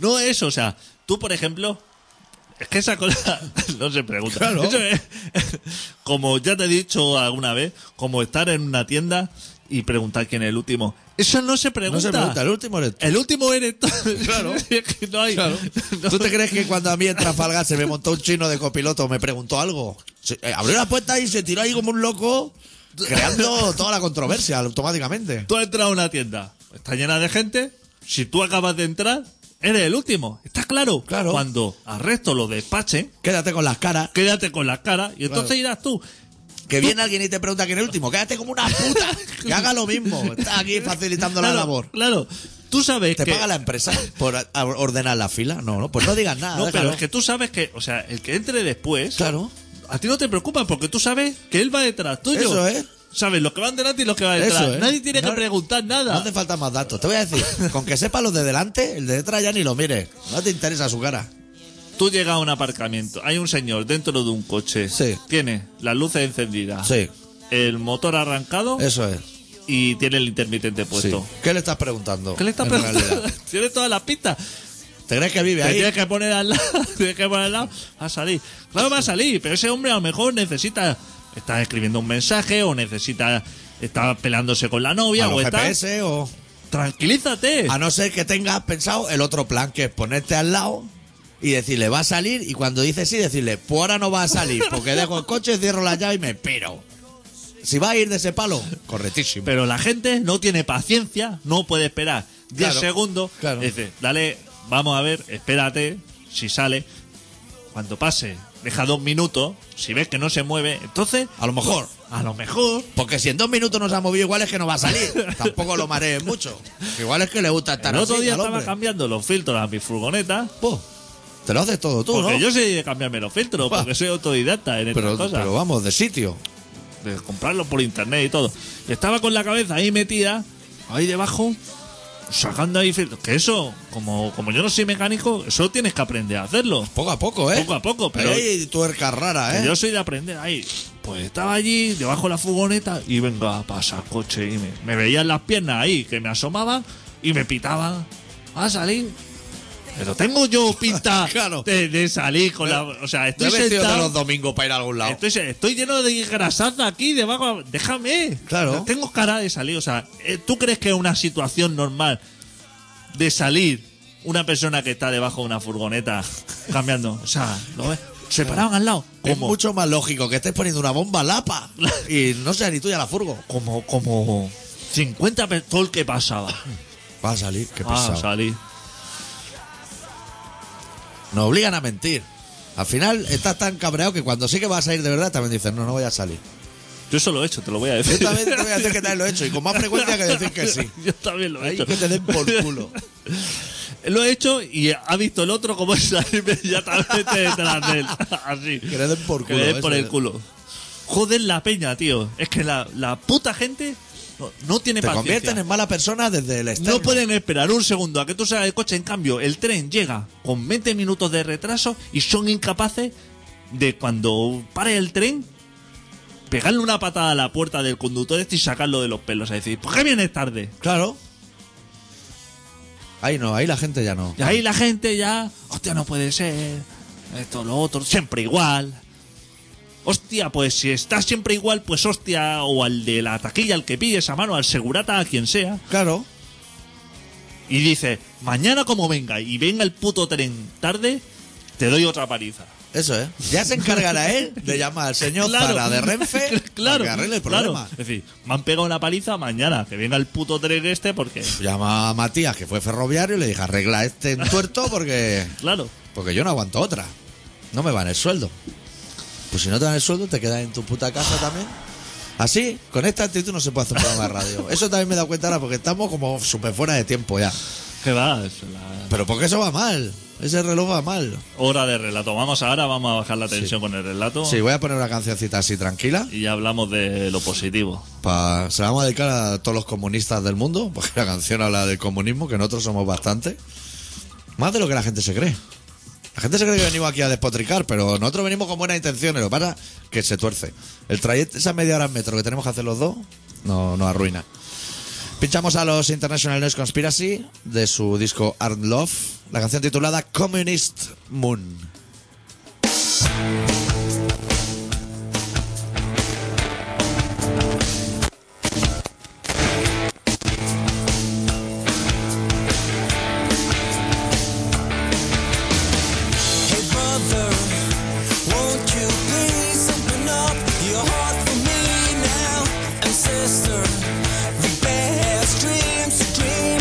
Speaker 2: no eso, o sea, tú por ejemplo, es que esa cosa no se pregunta.
Speaker 1: Claro.
Speaker 2: Eso es, como ya te he dicho alguna vez, como estar en una tienda y preguntar quién es el último. Eso no se
Speaker 1: no
Speaker 2: pregunta.
Speaker 1: se pregunta, el último eres tú.
Speaker 2: El último eres tú.
Speaker 1: Claro.
Speaker 2: Es que no hay. no-
Speaker 1: ¿Tú te crees que cuando a mí en Trafalgar se me montó un chino de copiloto, me preguntó algo? Se- eh, abrió la puerta y se tiró ahí como un loco, creando toda la controversia automáticamente.
Speaker 2: Tú has entrado a una tienda. está llena de gente. Si tú acabas de entrar, eres el último. ¿Está claro?
Speaker 1: Claro.
Speaker 2: Cuando al resto lo despachen,
Speaker 1: Quédate con las caras.
Speaker 2: quédate con las caras y entonces irás tú.
Speaker 1: Que viene alguien y te pregunta quién es el último. Quédate como una puta. Que haga lo mismo. Estás aquí facilitando la
Speaker 2: claro,
Speaker 1: labor.
Speaker 2: Claro. Tú sabes
Speaker 1: ¿Te
Speaker 2: que.
Speaker 1: paga la empresa por a- a- ordenar la fila? No, no. Pues no digas nada.
Speaker 2: No, pero
Speaker 1: déjalo.
Speaker 2: es que tú sabes que, o sea, el que entre después,
Speaker 1: Claro.
Speaker 2: a ti no te preocupa porque tú sabes que él va detrás tuyo.
Speaker 1: Eso es.
Speaker 2: Sabes, los que van delante y los que van
Speaker 1: Eso
Speaker 2: detrás.
Speaker 1: es.
Speaker 2: Nadie tiene
Speaker 1: No-
Speaker 2: que preguntar
Speaker 1: No
Speaker 2: nada.
Speaker 1: hace falta más datos. Te voy a decir, con que sepas los de delante, el de detrás ya ni lo mires. No te interesa su cara.
Speaker 2: Tú llegas a un aparcamiento, hay un señor dentro de un coche.
Speaker 1: Sí.
Speaker 2: Tiene las luces encendidas.
Speaker 1: Sí.
Speaker 2: El motor arrancado
Speaker 1: Eso es.
Speaker 2: y tiene el intermitente puesto.
Speaker 1: Sí. ¿Qué le estás preguntando?
Speaker 2: Pues ¿Qué le estás
Speaker 1: en
Speaker 2: preguntando?
Speaker 1: realidad?
Speaker 2: Tiene todas las pistas.
Speaker 1: ¿Te crees que vive
Speaker 2: Te
Speaker 1: ahí?
Speaker 2: tienes que poner al lado, tienes que poner al lado, va a salir. Claro, va a salir, pero ese hombre a lo mejor necesita, está escribiendo un mensaje o necesita, está pelándose con la novia
Speaker 1: ¿A
Speaker 2: o
Speaker 1: los
Speaker 2: está.
Speaker 1: GPS o...?
Speaker 2: Tranquilízate.
Speaker 1: A no ser que tengas pensado el otro plan, que es ponerte al lado y decirle, va a salir, y cuando dice sí, decirle, pues ahora no va a salir, porque dejo el coche, cierro la llave y me piro. Si va a ir de ese palo, correctísimo.
Speaker 2: Pero la gente no tiene paciencia, no puede esperar 10
Speaker 1: Claro,
Speaker 2: segundos.
Speaker 1: claro.
Speaker 2: Dice, dale, vamos a ver, espérate, si sale. Cuando pase, deja dos minutos, si ves que no se mueve, entonces,
Speaker 1: A lo mejor.
Speaker 2: a lo mejor
Speaker 1: Porque si en dos minutos no se ha movido, igual es que no va a salir. Tampoco lo marees mucho. Igual es que le gusta estar
Speaker 2: El otro
Speaker 1: así
Speaker 2: día
Speaker 1: al
Speaker 2: estaba
Speaker 1: hombre.
Speaker 2: cambiando los filtros a mi furgoneta.
Speaker 1: Puh, Te lo haces todo tú,
Speaker 2: Porque
Speaker 1: ¿no?
Speaker 2: yo sé de cambiarme los filtros,
Speaker 1: Buah.
Speaker 2: porque soy autodidacta en estas
Speaker 1: pero,
Speaker 2: cosas.
Speaker 1: pero vamos, de sitio.
Speaker 2: De comprarlos por internet y todo. Y estaba con la cabeza ahí metida, ahí debajo, sacando ahí filtros. Que eso, como, como yo no soy mecánico, eso tienes que aprender a hacerlo.
Speaker 1: Poco a poco, ¿eh?
Speaker 2: Poco a poco, pero-
Speaker 1: Ey, tuerca rara,
Speaker 2: Que
Speaker 1: ¿eh?
Speaker 2: Yo soy de aprender ahí. Pues estaba allí, debajo de la furgoneta, y venga, pasa coche. Y me, me veían las piernas ahí, que me asomaban y me pitaban a salir. Pero tengo yo pinta
Speaker 1: Claro.
Speaker 2: de, de salir con la. O sea,
Speaker 1: Me
Speaker 2: estoy
Speaker 1: he vestido
Speaker 2: sentado.
Speaker 1: de los domingos para ir a algún lado.
Speaker 2: Estoy, estoy lleno de grasaza aquí debajo. Déjame.
Speaker 1: Claro.
Speaker 2: Tengo cara de salir. O sea, eh, ¿tú crees que es una situación normal de salir una persona que está debajo de una furgoneta cambiando? O sea, ¿lo ves? Se paraban al lado.
Speaker 1: Es
Speaker 2: Como,
Speaker 1: mucho más lógico que estés poniendo una bomba a lapa y no sea ni tuya la furgo.
Speaker 2: como, como 50 pe- todo el que pasaba.
Speaker 1: Va a salir, qué
Speaker 2: Ah,
Speaker 1: pesado.
Speaker 2: salí.
Speaker 1: Nos obligan a mentir. Al final estás tan cabreado que cuando sí que vas a ir de verdad también dices, no, no voy a salir.
Speaker 2: Yo eso lo he hecho, te lo voy a
Speaker 1: Yo
Speaker 2: decir.
Speaker 1: también te voy a decir que también lo he hecho y con más frecuencia que decir que sí.
Speaker 2: Yo también lo he
Speaker 1: Ahí
Speaker 2: hecho.
Speaker 1: que te den por culo.
Speaker 2: Lo he hecho y ha visto el otro como es salirme inmediatamente detrás de él. Así.
Speaker 1: Que le den por
Speaker 2: Que
Speaker 1: culo,
Speaker 2: le den
Speaker 1: eso
Speaker 2: por el
Speaker 1: es.
Speaker 2: culo. Joder la peña, tío. Es que la, la puta gente no, no tiene
Speaker 1: Te
Speaker 2: paciencia.
Speaker 1: convierten en mala persona desde el externo.
Speaker 2: No pueden esperar un segundo a que tú salgas del coche. En cambio, el tren llega con 20 minutos de retraso y son incapaces de cuando pare el tren pegarle una patada a la puerta del conductor este y sacarlo de los pelos. A decir, ¿por qué vienes tarde?
Speaker 1: Claro. Ahí no, ahí la gente ya no.
Speaker 2: Y ahí la gente ya, hostia, no puede ser, esto, lo otro, siempre igual. Hostia, pues si está siempre igual, pues hostia, o al de la taquilla, al que pilles a mano, al segurata, a quien sea.
Speaker 1: Claro.
Speaker 2: Y dice, mañana como venga, y venga el puto tren tarde, te doy otra pariza.
Speaker 1: Eso es. Ya se encargará él de llamar al señor
Speaker 2: Claro.
Speaker 1: Zara de Renfe
Speaker 2: claro,
Speaker 1: para que arregle el
Speaker 2: claro.
Speaker 1: problema.
Speaker 2: Es decir, me han pegado una paliza mañana, que venga el puto tren este, porque,
Speaker 1: Llama a Matías, que fue ferroviario, y le dije, arregla este entuerto porque,
Speaker 2: claro,
Speaker 1: porque yo no aguanto otra. No me van el sueldo. Pues si no te dan el sueldo, te quedas en tu puta casa también. Así, con esta actitud no se puede hacer un programa de radio. Eso también me he dado cuenta ahora porque estamos como súper fuera de tiempo ya.
Speaker 2: que va, es la
Speaker 1: Pero porque eso va mal. Ese reloj va mal.
Speaker 2: hora de relato. Vamos ahora, vamos a bajar la tensión con el relato.
Speaker 1: Sí, voy a poner una cancioncita así tranquila.
Speaker 2: Y ya hablamos de lo positivo.
Speaker 1: Pa- se la vamos a dedicar a todos los comunistas del mundo, porque la canción habla del comunismo, que nosotros somos bastante. Más de lo que la gente se cree. La gente se cree que venimos aquí a despotricar, pero nosotros venimos con buenas intenciones. Lo que pasa es que se tuerce. El trayecto, esa media hora en metro que tenemos que hacer los dos, no, nos arruina. Pinchamos a los International Noise Conspiracy de su disco Art Love, la canción titulada Communist Moon.
Speaker 3: Hey brother, won't you please open up your heart for me now? And sister, the best dreams to dream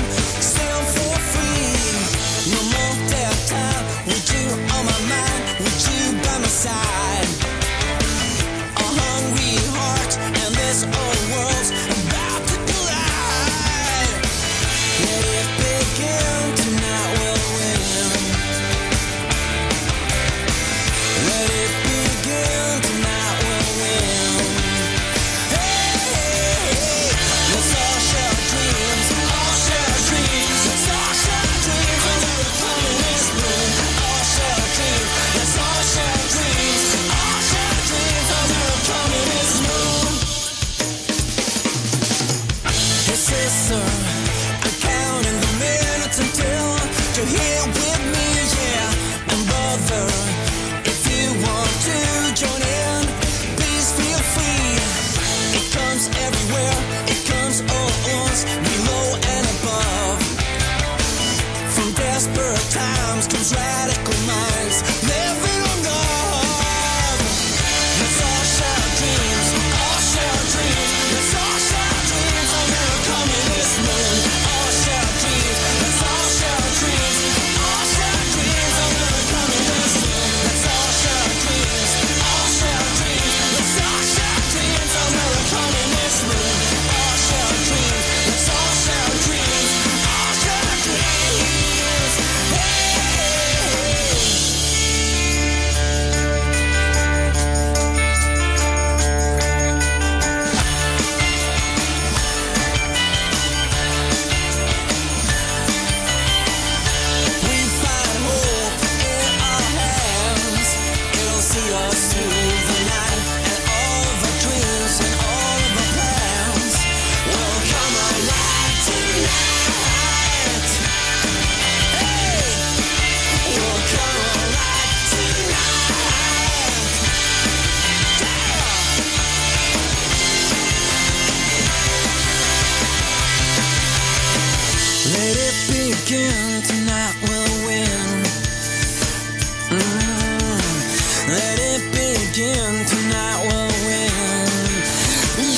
Speaker 3: times, below and above. From desperate times comes radical minds living on love. Let's all share dreams, all share dreams. Let's all share dreams of overcoming this moon. All share dreams. Let's all share dreams. All share dreams of overcoming this moon. Let's all share dreams, all share dreams. Let's all share dreams of overcoming this moon. All share dreams. Let's all share dreams. All share dreams. Hey. We find hope in our hands. It'll see us through the night, and all of our dreams and all of our plans will come alive tonight. Hey, will come alive tonight. Let it begin, tonight we'll win. Mm. Let it begin, tonight we'll win.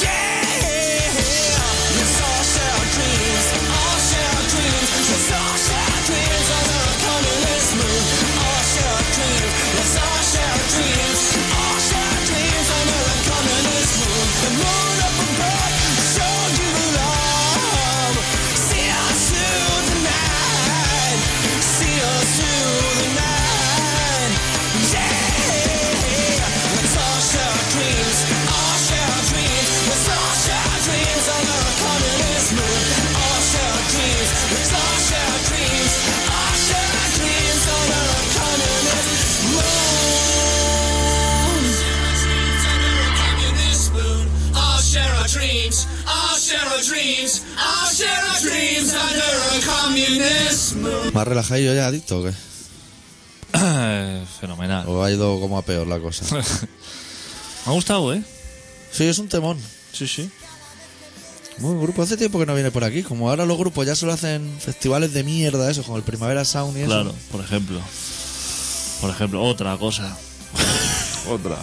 Speaker 3: Yeah! Let's all share our dreams, all share our dreams. Let's all share our dreams of overcoming this moon. All share our dreams, let's all share our dreams. All share our dreams of overcoming this moon. The moon up above showed you the love. See us through the night. See us through the night. Yeah. Let's all share our dreams. All share our dreams. Let's all share our dreams of overcoming this moon. All share our dreams. Let's all share our dreams. All share our dreams of overcoming this moon. I'll share our dreams. I'll share our dreams. I'll share our dreams under a communist moon.
Speaker 1: ¿Más relajadillo ya, adicto o qué?
Speaker 2: Fenomenal.
Speaker 1: ¿O ha ido como a peor la cosa?
Speaker 2: Me ha gustado, ¿eh?
Speaker 1: Sí, es un temón.
Speaker 2: Sí, sí.
Speaker 1: Un grupo hace tiempo que no viene por aquí. Como ahora los grupos ya solo hacen festivales de mierda, eso, como el Primavera Sound y eso.
Speaker 2: Claro, por ejemplo. Por ejemplo, otra cosa. otra.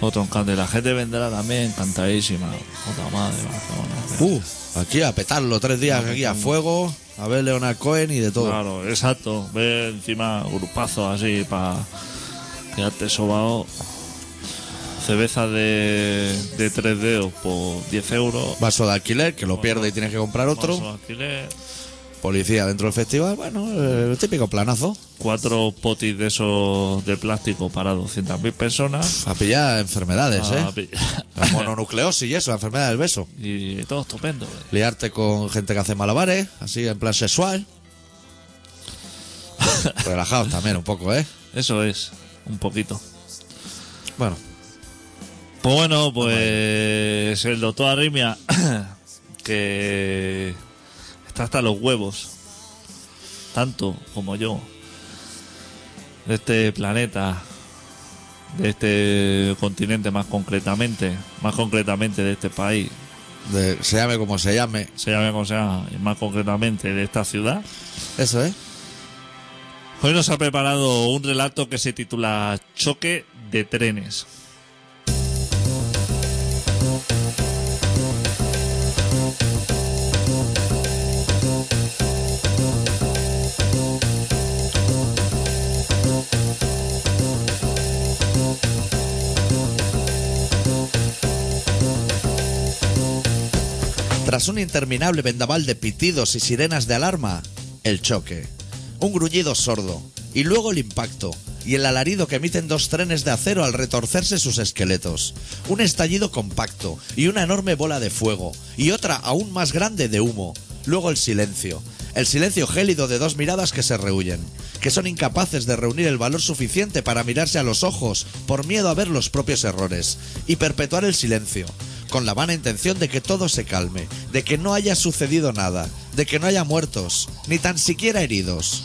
Speaker 2: Otro encante. La gente vendrá también encantadísima. Otra madre, Barcelona.
Speaker 1: Uh, aquí a petarlo, tres días aquí a fuego, a ver Leonard Cohen y de todo.
Speaker 2: Claro, exacto. Ve encima grupazos así para quedarte sobao. Cerveza de, de tres dedos por 10 euros.
Speaker 1: Vaso de alquiler, que lo pierde y tienes que comprar otro.
Speaker 2: Más alquiler.
Speaker 1: Policía dentro del festival, bueno, eh, el típico planazo.
Speaker 2: Cuatro potis de esos de plástico para 200.000 personas.
Speaker 1: A pillar enfermedades,
Speaker 2: Ah,
Speaker 1: ¿eh?
Speaker 2: pilla.
Speaker 1: La mononucleosis y eso, la enfermedad del beso.
Speaker 2: Y todo estupendo. eh.
Speaker 1: Liarte con gente que hace malabares, así en plan sexual. Relajados también un poco, ¿eh?
Speaker 2: Eso es, un poquito.
Speaker 1: Bueno,
Speaker 2: Pues bueno, pues el doctor Arrimia, que está hasta los huevos, tanto como yo, de este planeta, de este continente más concretamente, más concretamente de este país,
Speaker 1: de- se llame como se llame,
Speaker 2: se llame como sea, y más concretamente de esta ciudad,
Speaker 1: eso, ¿eh?
Speaker 2: hoy nos ha preparado un relato que se titula Choque de trenes.
Speaker 1: Tras un interminable vendaval de pitidos y sirenas de alarma, el choque, un gruñido sordo, y luego el impacto, y el alarido que emiten dos trenes de acero al retorcerse sus esqueletos, un estallido compacto, y una enorme bola de fuego, y otra aún más grande de humo, luego el silencio, el silencio gélido de dos miradas que se rehuyen, que son incapaces de reunir el valor suficiente para mirarse a los ojos por miedo a ver los propios errores, y perpetuar el silencio, con la vana intención de que todo se calme, de que no haya sucedido nada, de que no haya muertos, ni tan siquiera heridos.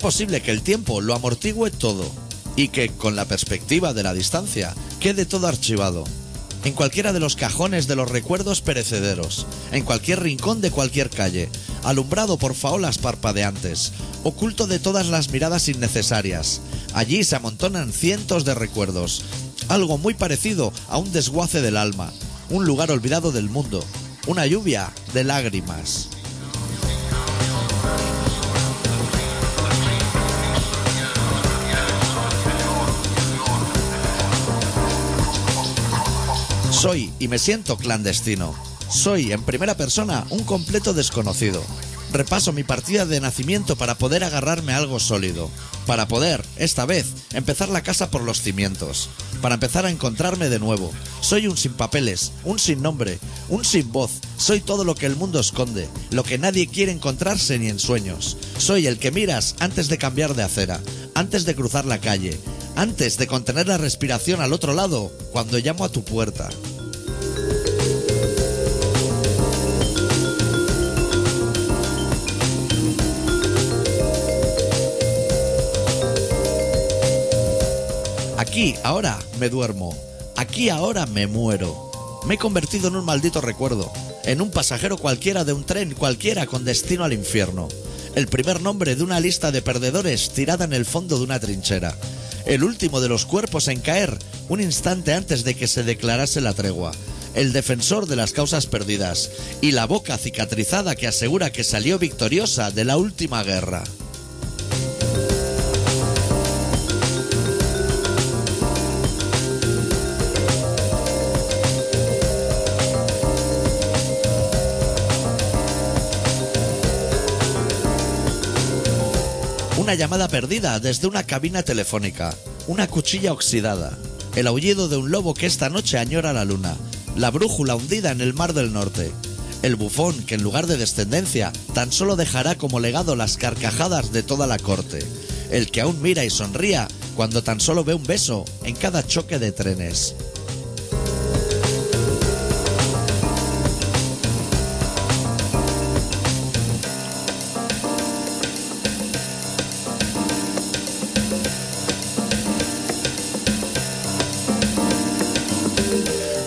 Speaker 1: posible que el tiempo lo amortigüe todo y que, con la perspectiva de la distancia, quede todo archivado. En cualquiera de los cajones de los recuerdos perecederos, en cualquier rincón de cualquier calle, alumbrado por faolas parpadeantes, oculto de todas las miradas innecesarias. Allí se amontonan cientos de recuerdos, algo muy parecido a un desguace del alma, un lugar olvidado del mundo, una lluvia de lágrimas. Soy y me siento clandestino. Soy en primera persona un completo desconocido. Repaso mi partida de nacimiento para poder agarrarme a algo sólido. Para poder, esta vez, empezar la casa por los cimientos. Para empezar a encontrarme de nuevo. Soy un sin papeles, un sin nombre, un sin voz. Soy todo lo que el mundo esconde, lo que nadie quiere encontrarse ni en sueños. Soy el que miras antes de cambiar de acera, antes de cruzar la calle, antes de contener la respiración al otro lado, cuando llamo a tu puerta. Aquí, ahora, me duermo. Aquí, ahora, me muero. Me he convertido en un maldito recuerdo, en un pasajero cualquiera de un tren cualquiera con destino al infierno. El primer nombre de una lista de perdedores tirada en el fondo de una trinchera. El último de los cuerpos en caer un instante antes de que se declarase la tregua. El defensor de las causas perdidas y la boca cicatrizada que asegura que salió victoriosa de la última guerra. Una llamada perdida desde una cabina telefónica. Una cuchilla oxidada. El aullido de un lobo que esta noche añora la luna. La brújula hundida en el mar del norte. El bufón que en lugar de descendencia tan solo dejará como legado las carcajadas de toda la corte. El que aún mira y sonría cuando tan solo ve un beso en cada choque de trenes.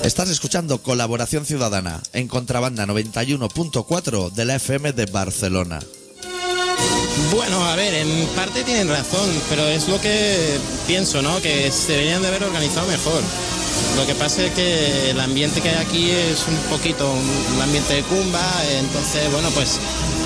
Speaker 1: Estás escuchando Colaboración Ciudadana en Contrabanda 91.4 de la FM de Barcelona.
Speaker 4: Bueno, a ver, en parte tienen razón, pero es lo que pienso, ¿no? Que se deberían de haber organizado mejor. Lo que pasa es que el ambiente que hay aquí es un poquito un un ambiente de cumba, eh, entonces, bueno, pues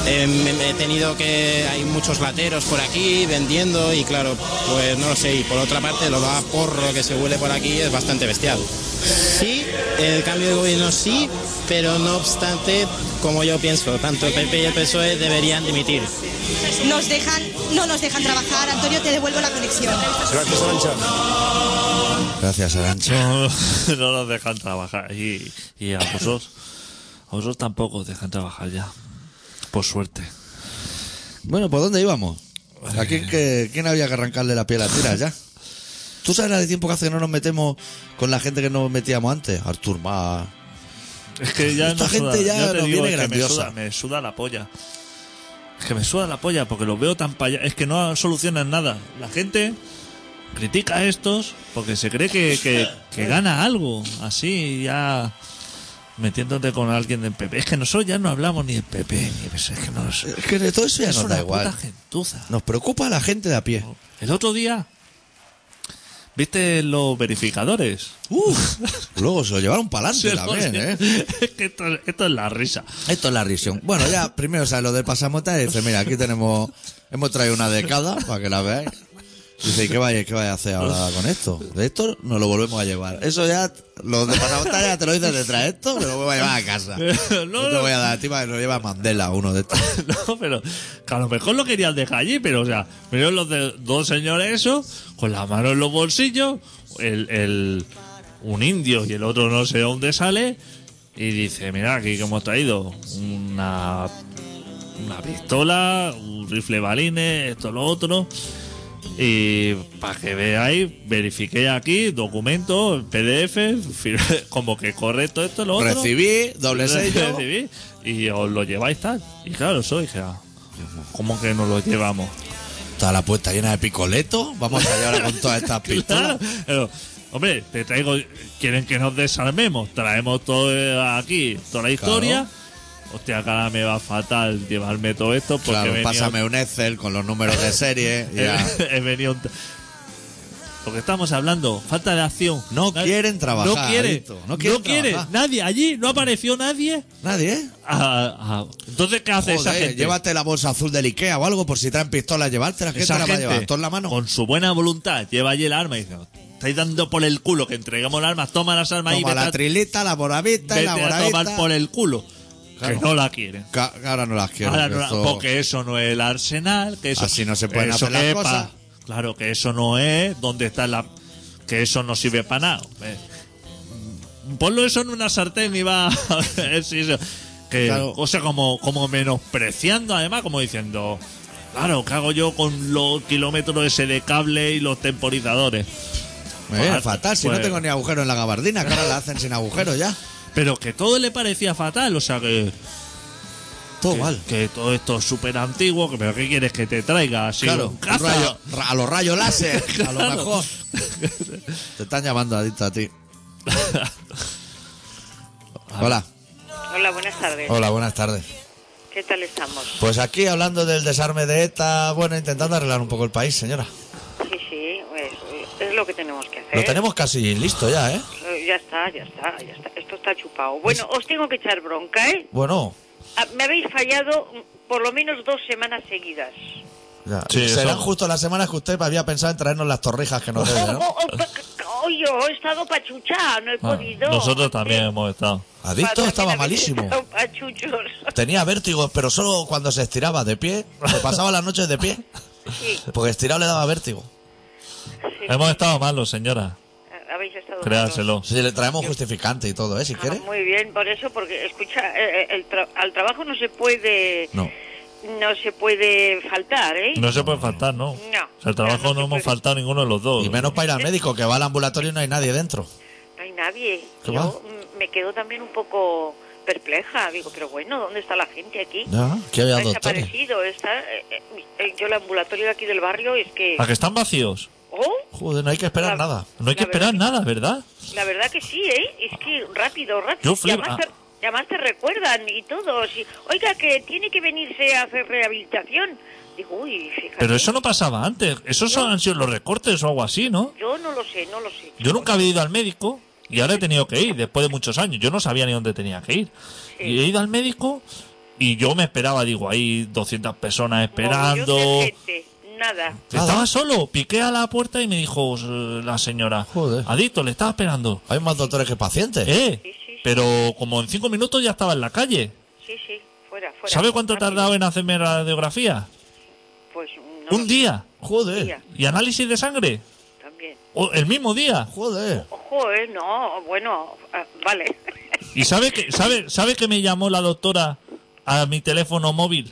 Speaker 4: eh, me- me he tenido que... Hay muchos lateros por aquí vendiendo y claro, pues no lo sé. Y por otra parte, lo da porro que se huele por aquí es bastante bestial. Sí, el cambio de gobierno sí, pero no obstante, como yo pienso, tanto el PP y el PSOE E deberían dimitir.
Speaker 5: Nos dejan, no nos dejan trabajar. Antonio, te devuelvo la conexión.
Speaker 6: Gracias, Arancha.
Speaker 1: Gracias, Arancha.
Speaker 2: No, no nos dejan trabajar. Y, y a vosotros, a vosotros tampoco os dejan trabajar ya. Por suerte.
Speaker 1: Bueno, ¿por dónde íbamos? Aquí que, ¿Quién había que arrancarle la piel a tiras ya? ¿Tú sabes la de tiempo que hace que no nos metemos con la gente que nos metíamos antes? Artur Ma.
Speaker 2: Es que ya
Speaker 1: Esta
Speaker 2: no
Speaker 1: gente
Speaker 2: suda.
Speaker 1: ya
Speaker 2: Yo te
Speaker 1: nos
Speaker 2: digo,
Speaker 1: viene
Speaker 2: es que me
Speaker 1: grandiosa.
Speaker 2: suda, me suda la polla. Es que me suda la polla porque los veo tan paya. Es que no solucionan nada. La gente critica a estos porque se cree que, que- que gana algo. Así ya metiéndote con alguien del PP. Es que nosotros ya no hablamos ni del PP. Ni del PSOE, es que nos,
Speaker 1: Es que de todo eso ya
Speaker 2: es
Speaker 1: nos
Speaker 2: una
Speaker 1: da igual.
Speaker 2: puta gentuza.
Speaker 1: Nos preocupa la gente de a pie.
Speaker 2: El otro día, ¿viste los verificadores?
Speaker 1: Uf, luego se lo llevaron para adelante también, ¿eh?
Speaker 2: Es que esto, esto es la risa.
Speaker 1: Esto es la risión. Bueno, ya primero sabes lo del pasamota y dice, mira, aquí tenemos, hemos traído una de cada para que la veáis. Dice, ¿y qué vais, qué vais a hacer ahora con esto? De esto nos lo volvemos a llevar. Eso ya, lo de pasamota ya te lo dices detrás. Esto me lo voy a llevar a casa.
Speaker 2: No,
Speaker 1: No te voy a dar a ti para que lo lleva Mandela uno de estos.
Speaker 2: No, pero que a lo mejor lo querían dejar allí, pero o sea, pero los de- dos señores esos, con la mano en los bolsillos, el, el- un indio y el otro no sé dónde sale, y dice, mira aquí que hemos traído una, una pistola, un rifle balines, esto, lo otro. Y para que veáis, verifiqué aquí documentos, PDF, fir- como que correcto esto, lo otro.
Speaker 1: Recibí, doble sello.
Speaker 2: Recibí, y os lo lleváis tal. Y claro, eso dije, ah, ¿cómo que no lo llevamos?
Speaker 1: está la puesta llena de picoletos, vamos allá ahora con todas estas pistolas.
Speaker 2: Claro, pero, hombre, te traigo. Quieren que nos desarmemos. Traemos todo eh, aquí, toda la historia. Hostia, cara, me va fatal llevarme todo esto. Porque
Speaker 1: Claro,
Speaker 2: he venido-
Speaker 1: pásame un Excel con los números de serie. y ya.
Speaker 2: he venido un t- Porque estamos hablando, falta de acción.
Speaker 1: No
Speaker 2: Nad-
Speaker 1: quieren trabajar,
Speaker 2: No quieren.
Speaker 1: Adicto,
Speaker 2: No
Speaker 1: no
Speaker 2: quieren.
Speaker 1: quieren trabajar.
Speaker 2: Nadie. Allí no apareció nadie.
Speaker 1: Nadie, ¿eh?
Speaker 2: Ah, ah, Entonces, ¿qué hace esa
Speaker 1: Joder,
Speaker 2: gente?
Speaker 1: llévate la bolsa azul del Ikea o algo por si traen pistolas, llevártelas. ¿Qué te la
Speaker 2: Esa
Speaker 1: va a
Speaker 2: gente,
Speaker 1: llevar? ¿Todo en la mano?
Speaker 2: con su buena voluntad, lleva allí el arma y dice: Estáis dando por el culo que entregamos las armas, toma las armas y
Speaker 1: Toma
Speaker 2: vete
Speaker 1: la
Speaker 2: a-
Speaker 1: trilita, la moravita y
Speaker 2: vete
Speaker 1: la
Speaker 2: a tomar
Speaker 1: moravita.
Speaker 2: por el culo.
Speaker 1: Claro.
Speaker 2: Que no la quieren.
Speaker 1: Ca- Ahora no las quiero.
Speaker 2: Ahora
Speaker 1: que
Speaker 2: no la-
Speaker 1: esto-
Speaker 2: porque eso no es el arsenal. Que eso,
Speaker 1: Así no se pueden
Speaker 2: eso
Speaker 1: hacer las
Speaker 2: que es
Speaker 1: cosas.
Speaker 2: pa- claro, que eso no es donde está la. Que eso no sirve para nada. Eh, Ponlo eso en una sartén y va a ver si eso. Que,
Speaker 1: Claro.
Speaker 2: O sea, como, como menospreciando, además, como diciendo. Claro, ¿qué hago yo con los kilómetros ese de cable y los temporizadores?
Speaker 1: Me viene
Speaker 2: Pues,
Speaker 1: fatal, si
Speaker 2: pues-
Speaker 1: no tengo ni agujero en la gabardina, que ahora la hacen sin agujero ya.
Speaker 2: Pero que todo le parecía fatal, o sea que.
Speaker 1: Todo
Speaker 2: que-
Speaker 1: mal.
Speaker 2: Que todo esto es súper antiguo, que- pero ¿qué quieres que te traiga? Así
Speaker 1: claro,
Speaker 2: un
Speaker 1: un
Speaker 2: caza.
Speaker 1: rayo- ra- a los rayos láser, a lo
Speaker 2: Claro.
Speaker 1: mejor. Te están llamando adicto a ti. Hola.
Speaker 6: Hola, buenas tardes.
Speaker 1: Hola, buenas tardes.
Speaker 6: ¿Qué tal estamos?
Speaker 1: Pues aquí hablando del desarme de ETA, bueno, intentando arreglar un poco el país, señora.
Speaker 6: Sí, sí, es, es lo que tenemos que hacer.
Speaker 1: Lo tenemos casi listo ya, ¿eh?
Speaker 6: Eh, Ya está, ya está, ya está. Esto está chupado. Bueno, os tengo que echar bronca, ¿eh?
Speaker 1: Bueno,
Speaker 6: Ah, Me habéis fallado mm, por lo menos dos semanas seguidas.
Speaker 1: ya.
Speaker 2: Sí,
Speaker 1: serán
Speaker 2: eso-
Speaker 1: justo las semanas que usted había pensado en traernos las torrijas que nos debe, ¿no?
Speaker 6: Oh, oh, pa- ca- Oye, he estado pachucha, no he
Speaker 2: Ah,
Speaker 6: podido.
Speaker 2: Nosotros también hemos estado.
Speaker 6: Pa-
Speaker 1: Adicto
Speaker 6: también
Speaker 1: estaba
Speaker 6: habéis
Speaker 1: malísimo.
Speaker 6: estado Pachuchos.
Speaker 1: Tenía vértigo, pero solo cuando se estiraba de pie. Se pasaba las noches de pie.
Speaker 6: Sí,
Speaker 1: Porque estirado le daba vértigo.
Speaker 6: sí.
Speaker 1: Em,
Speaker 6: Ah,
Speaker 2: Hemos estado malos, señora.
Speaker 6: Habéis estado.
Speaker 2: Créaselo.
Speaker 1: Si le traemos justificante y todo, ¿eh? Si
Speaker 6: Ah,
Speaker 1: quiere.
Speaker 6: muy bien, por eso, porque escucha, eh, eh, el tra- al trabajo no se puede,
Speaker 1: No.
Speaker 6: no se puede faltar, ¿eh?
Speaker 2: No se puede faltar, ¿no? O sea, el trabajo no,
Speaker 6: No, no se
Speaker 2: hemos
Speaker 6: puede.
Speaker 2: faltado ninguno de los dos.
Speaker 1: Y menos para ir al médico, que va al ambulatorio y no hay nadie dentro.
Speaker 6: No hay nadie.
Speaker 1: ¿Qué
Speaker 6: Yo mm, me quedo también un poco perpleja. Digo, pero bueno, ¿dónde está la gente aquí?
Speaker 1: Ya, que había
Speaker 6: Ha
Speaker 1: doctores.
Speaker 6: desaparecido. Está, eh, eh, eh, yo, el ambulatorio de aquí del barrio, es que.
Speaker 2: ¿A que están vacíos?
Speaker 6: ¡Oh!
Speaker 1: Joder, no hay que esperar
Speaker 6: La-
Speaker 1: nada.
Speaker 2: No hay que
Speaker 6: La verdad
Speaker 2: esperar nada, ¿verdad?
Speaker 6: La verdad que sí, ¿eh? Es que rápido, rápido.
Speaker 2: Yo
Speaker 6: y
Speaker 2: flipo-
Speaker 6: además,
Speaker 2: ah.
Speaker 6: te, y además te recuerdan y todo. sí. Oiga, que tiene que venirse a hacer rehabilitación. Digo, uy, fíjate.
Speaker 2: Pero eso no pasaba antes. Esos son- han sido los recortes o algo así, ¿no?
Speaker 6: Yo no lo sé, no lo sé.
Speaker 2: Yo nunca había ido al médico y ahora he tenido que ir después de muchos años. Yo no sabía ni dónde tenía que ir. Y he ido al médico y yo me esperaba, digo, ahí 200 personas esperando.
Speaker 6: Mogollón de gente, Nada.
Speaker 2: Estaba solo, piqué a la puerta y me dijo eh, la señora,
Speaker 1: Joder.
Speaker 2: adicto, le estaba esperando.
Speaker 1: Hay más doctores que pacientes.
Speaker 2: Eh,
Speaker 6: Sí, sí, sí.
Speaker 2: pero como en cinco minutos ya estaba en la calle.
Speaker 6: Sí, sí, fuera, fuera.
Speaker 2: ¿Sabe cuánto ha
Speaker 6: Rápido.
Speaker 2: tardado en hacerme radiografía?
Speaker 6: Pues no lo
Speaker 2: Un
Speaker 6: sé,
Speaker 2: día.
Speaker 1: Joder,
Speaker 2: ¿Y análisis de sangre?
Speaker 6: También.
Speaker 2: O- el mismo día.
Speaker 1: joder.
Speaker 6: Ojo, eh, no, bueno, ah, vale.
Speaker 2: ¿Y sabe que, sabe, sabe que me llamó la doctora a mi teléfono móvil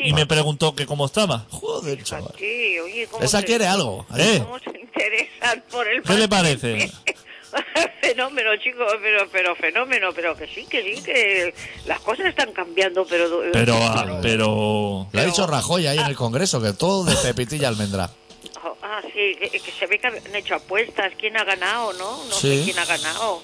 Speaker 2: y
Speaker 6: Sí.
Speaker 2: me preguntó que cómo estaba?
Speaker 1: Joder, chaval.
Speaker 6: Sí, oye, ¿cómo
Speaker 1: Esa
Speaker 6: se-
Speaker 1: quiere algo.
Speaker 2: ¿Eh?
Speaker 6: ¿Cómo se interesan por el
Speaker 2: ¿Qué le parece?
Speaker 6: fenómeno, chicos, pero, pero fenómeno, pero que sí, que sí, que las cosas están cambiando, pero...
Speaker 2: Pero, ah, pero...
Speaker 1: Lo ha dicho Rajoy ahí en el Congreso, que todo de pepitilla almendra.
Speaker 6: Oh, ah, sí, que, que se ve que han hecho apuestas, quién ha ganado, ¿no? No
Speaker 1: Sí.
Speaker 6: sé quién ha ganado.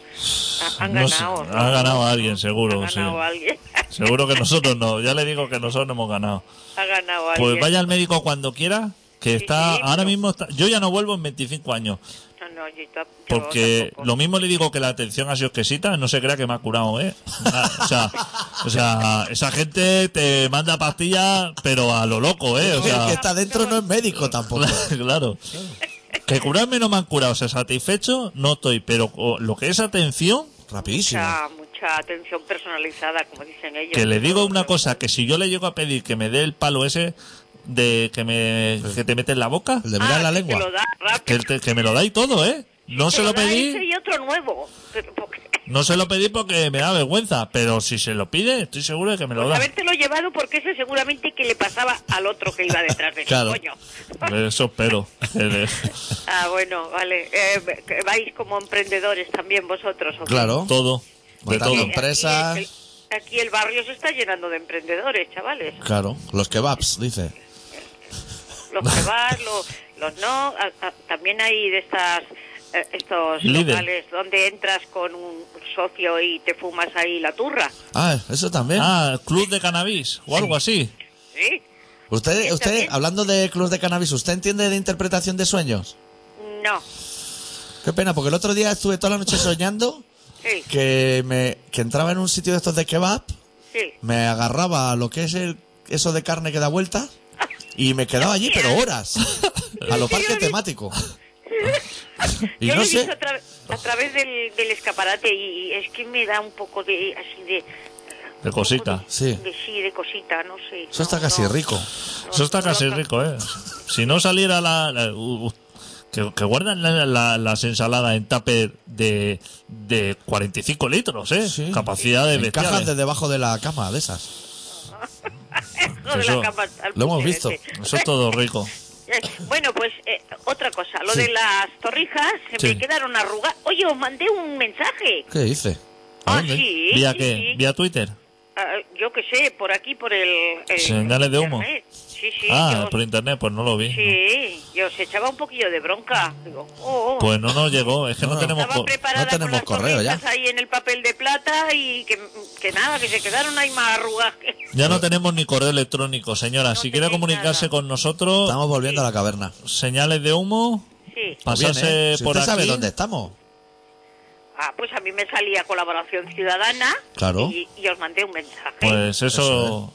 Speaker 6: Ha- han
Speaker 2: No sé,
Speaker 6: ganado. ¿no?
Speaker 2: ha ganado alguien, seguro,
Speaker 6: Ha ganado
Speaker 2: sí.
Speaker 6: alguien.
Speaker 2: Seguro que nosotros no. Ya le digo que nosotros no hemos ganado.
Speaker 6: ha ganado alguien.
Speaker 2: Pues vaya al médico cuando quiera, que
Speaker 6: Sí,
Speaker 2: está...
Speaker 6: sí,
Speaker 2: Ahora
Speaker 6: pero-
Speaker 2: mismo está... Yo ya no vuelvo en 25 años.
Speaker 6: No, no, yo ta- yo
Speaker 2: Porque
Speaker 6: tampoco.
Speaker 2: lo mismo le digo que la atención ha sido exquisita, no se crea que me ha curado, ¿eh? Ah, O sea, o sea esa gente te manda pastillas, pero a lo loco, ¿eh? O
Speaker 1: El que
Speaker 2: sea,
Speaker 1: está dentro no es médico tampoco.
Speaker 2: claro. Que curarme no me han curado, o sea, satisfecho no estoy, pero o- lo que es atención,
Speaker 1: Rapidísimo.
Speaker 6: mucha, mucha atención personalizada, como dicen ellos.
Speaker 2: que le digo una cosa, que si yo le llego a pedir que me dé el palo ese de que me que te mete en la boca,
Speaker 1: El de mirar
Speaker 6: Ah,
Speaker 1: la
Speaker 6: que
Speaker 1: lengua.
Speaker 6: Te lo da rápido.
Speaker 2: que, te- que me lo da y todo, ¿eh? No se
Speaker 6: Te
Speaker 2: lo
Speaker 6: da
Speaker 2: pedí.
Speaker 6: ese y otro nuevo. Pero, porque,
Speaker 2: No se lo pedí porque me da vergüenza, pero si se lo pide, estoy seguro de que me lo
Speaker 6: por
Speaker 2: da.
Speaker 6: habértelo llevado porque ese seguramente que le pasaba al otro que iba detrás de él.
Speaker 1: Claro.
Speaker 6: Coño.
Speaker 2: Pues Eso espero. Eh,
Speaker 6: Ah, bueno, vale. Eh, que vais como emprendedores también vosotros. ¿o qué?
Speaker 1: Claro.
Speaker 2: todo. De
Speaker 1: Montando
Speaker 2: todo.
Speaker 6: Aquí-
Speaker 1: Empresas.
Speaker 6: Aquí, el- aquí el barrio se está llenando de emprendedores, chavales.
Speaker 1: Claro, los kebabs, dice.
Speaker 6: los que vas, los, los no. A- a- también hay de estas eh, estos
Speaker 2: Líder.
Speaker 6: locales donde entras con un socio y te fumas ahí la turra.
Speaker 1: Ah, eso también.
Speaker 2: Ah, club de cannabis o algo así.
Speaker 6: Sí.
Speaker 1: usted,
Speaker 6: eso
Speaker 1: usted
Speaker 6: también.
Speaker 1: hablando de club de cannabis, ¿usted entiende de interpretación de sueños?
Speaker 6: No.
Speaker 1: Qué pena, porque el otro día estuve toda la noche soñando
Speaker 6: Sí.
Speaker 1: que me que entraba en un sitio de estos de kebab,
Speaker 6: Sí.
Speaker 1: me agarraba a lo que es el eso de carne que da vueltas y me quedaba allí, pero horas, a lo parque temático. Y
Speaker 6: Yo
Speaker 1: no
Speaker 6: lo he
Speaker 1: sé.
Speaker 6: visto a, tra- a través del, del escaparate y, y es que me da un poco de así de un poco
Speaker 2: cosita.
Speaker 6: de-
Speaker 1: Sí.
Speaker 6: de- sí, de cosita, no sé.
Speaker 1: Eso
Speaker 6: No,
Speaker 1: está casi
Speaker 6: no.
Speaker 1: rico.
Speaker 6: No,
Speaker 2: Eso está
Speaker 6: no lo
Speaker 2: casi
Speaker 6: acabo-
Speaker 2: rico, ¿eh? Si no saliera la... la- u- u- que, que guardan la- la- las ensaladas en tupper de, de 45 litros, ¿eh?
Speaker 1: Sí.
Speaker 2: Capacidad de
Speaker 1: En cajas de
Speaker 2: bestiales.
Speaker 1: debajo de la cama, de esas.
Speaker 6: Lo de
Speaker 2: Eso.
Speaker 6: la cama al
Speaker 1: Lo hemos visto.
Speaker 6: puchero este.
Speaker 2: Eso es todo rico.
Speaker 6: Eh, Bueno, pues eh, otra cosa, lo
Speaker 1: Sí.
Speaker 6: de las torrijas se
Speaker 2: Sí.
Speaker 6: me quedaron arrugadas. Oye, os mandé un mensaje.
Speaker 1: ¿Qué dice?
Speaker 6: Ah, sí.
Speaker 2: ¿Vía
Speaker 6: sí,
Speaker 2: qué?
Speaker 6: sí.
Speaker 2: ¿Vía Twitter?
Speaker 6: Ah, yo qué sé, por aquí, por el. el-
Speaker 2: Señales de humo.
Speaker 6: internet. Sí, sí.
Speaker 2: ah,
Speaker 6: yo,
Speaker 2: por internet, pues no lo vi.
Speaker 6: Sí, yo os echaba un poquillo de bronca. Digo, oh, oh.
Speaker 2: Pues no nos llegó, es que no,
Speaker 1: No, no.
Speaker 2: tenemos...
Speaker 6: Estaba
Speaker 2: co-
Speaker 6: preparada
Speaker 1: no tenemos
Speaker 6: con las
Speaker 1: correo ya.
Speaker 6: torrijas ahí en el papel de plata y que, que nada, que se quedaron ahí más arrugas.
Speaker 2: Ya no tenemos ni correo electrónico, señora. si quiere
Speaker 6: tenéis
Speaker 2: comunicarse
Speaker 6: nada.
Speaker 2: con nosotros,
Speaker 1: Estamos volviendo a la caverna.
Speaker 2: señales de humo,
Speaker 6: Sí.
Speaker 2: pasarse
Speaker 1: Muy bien, ¿eh? Si
Speaker 2: por
Speaker 1: usted
Speaker 2: aquí.
Speaker 1: sabe dónde estamos.
Speaker 6: Ah, pues a mí me salía colaboración ciudadana.
Speaker 1: Claro.
Speaker 6: Y, y os mandé un mensaje.
Speaker 2: Pues eso,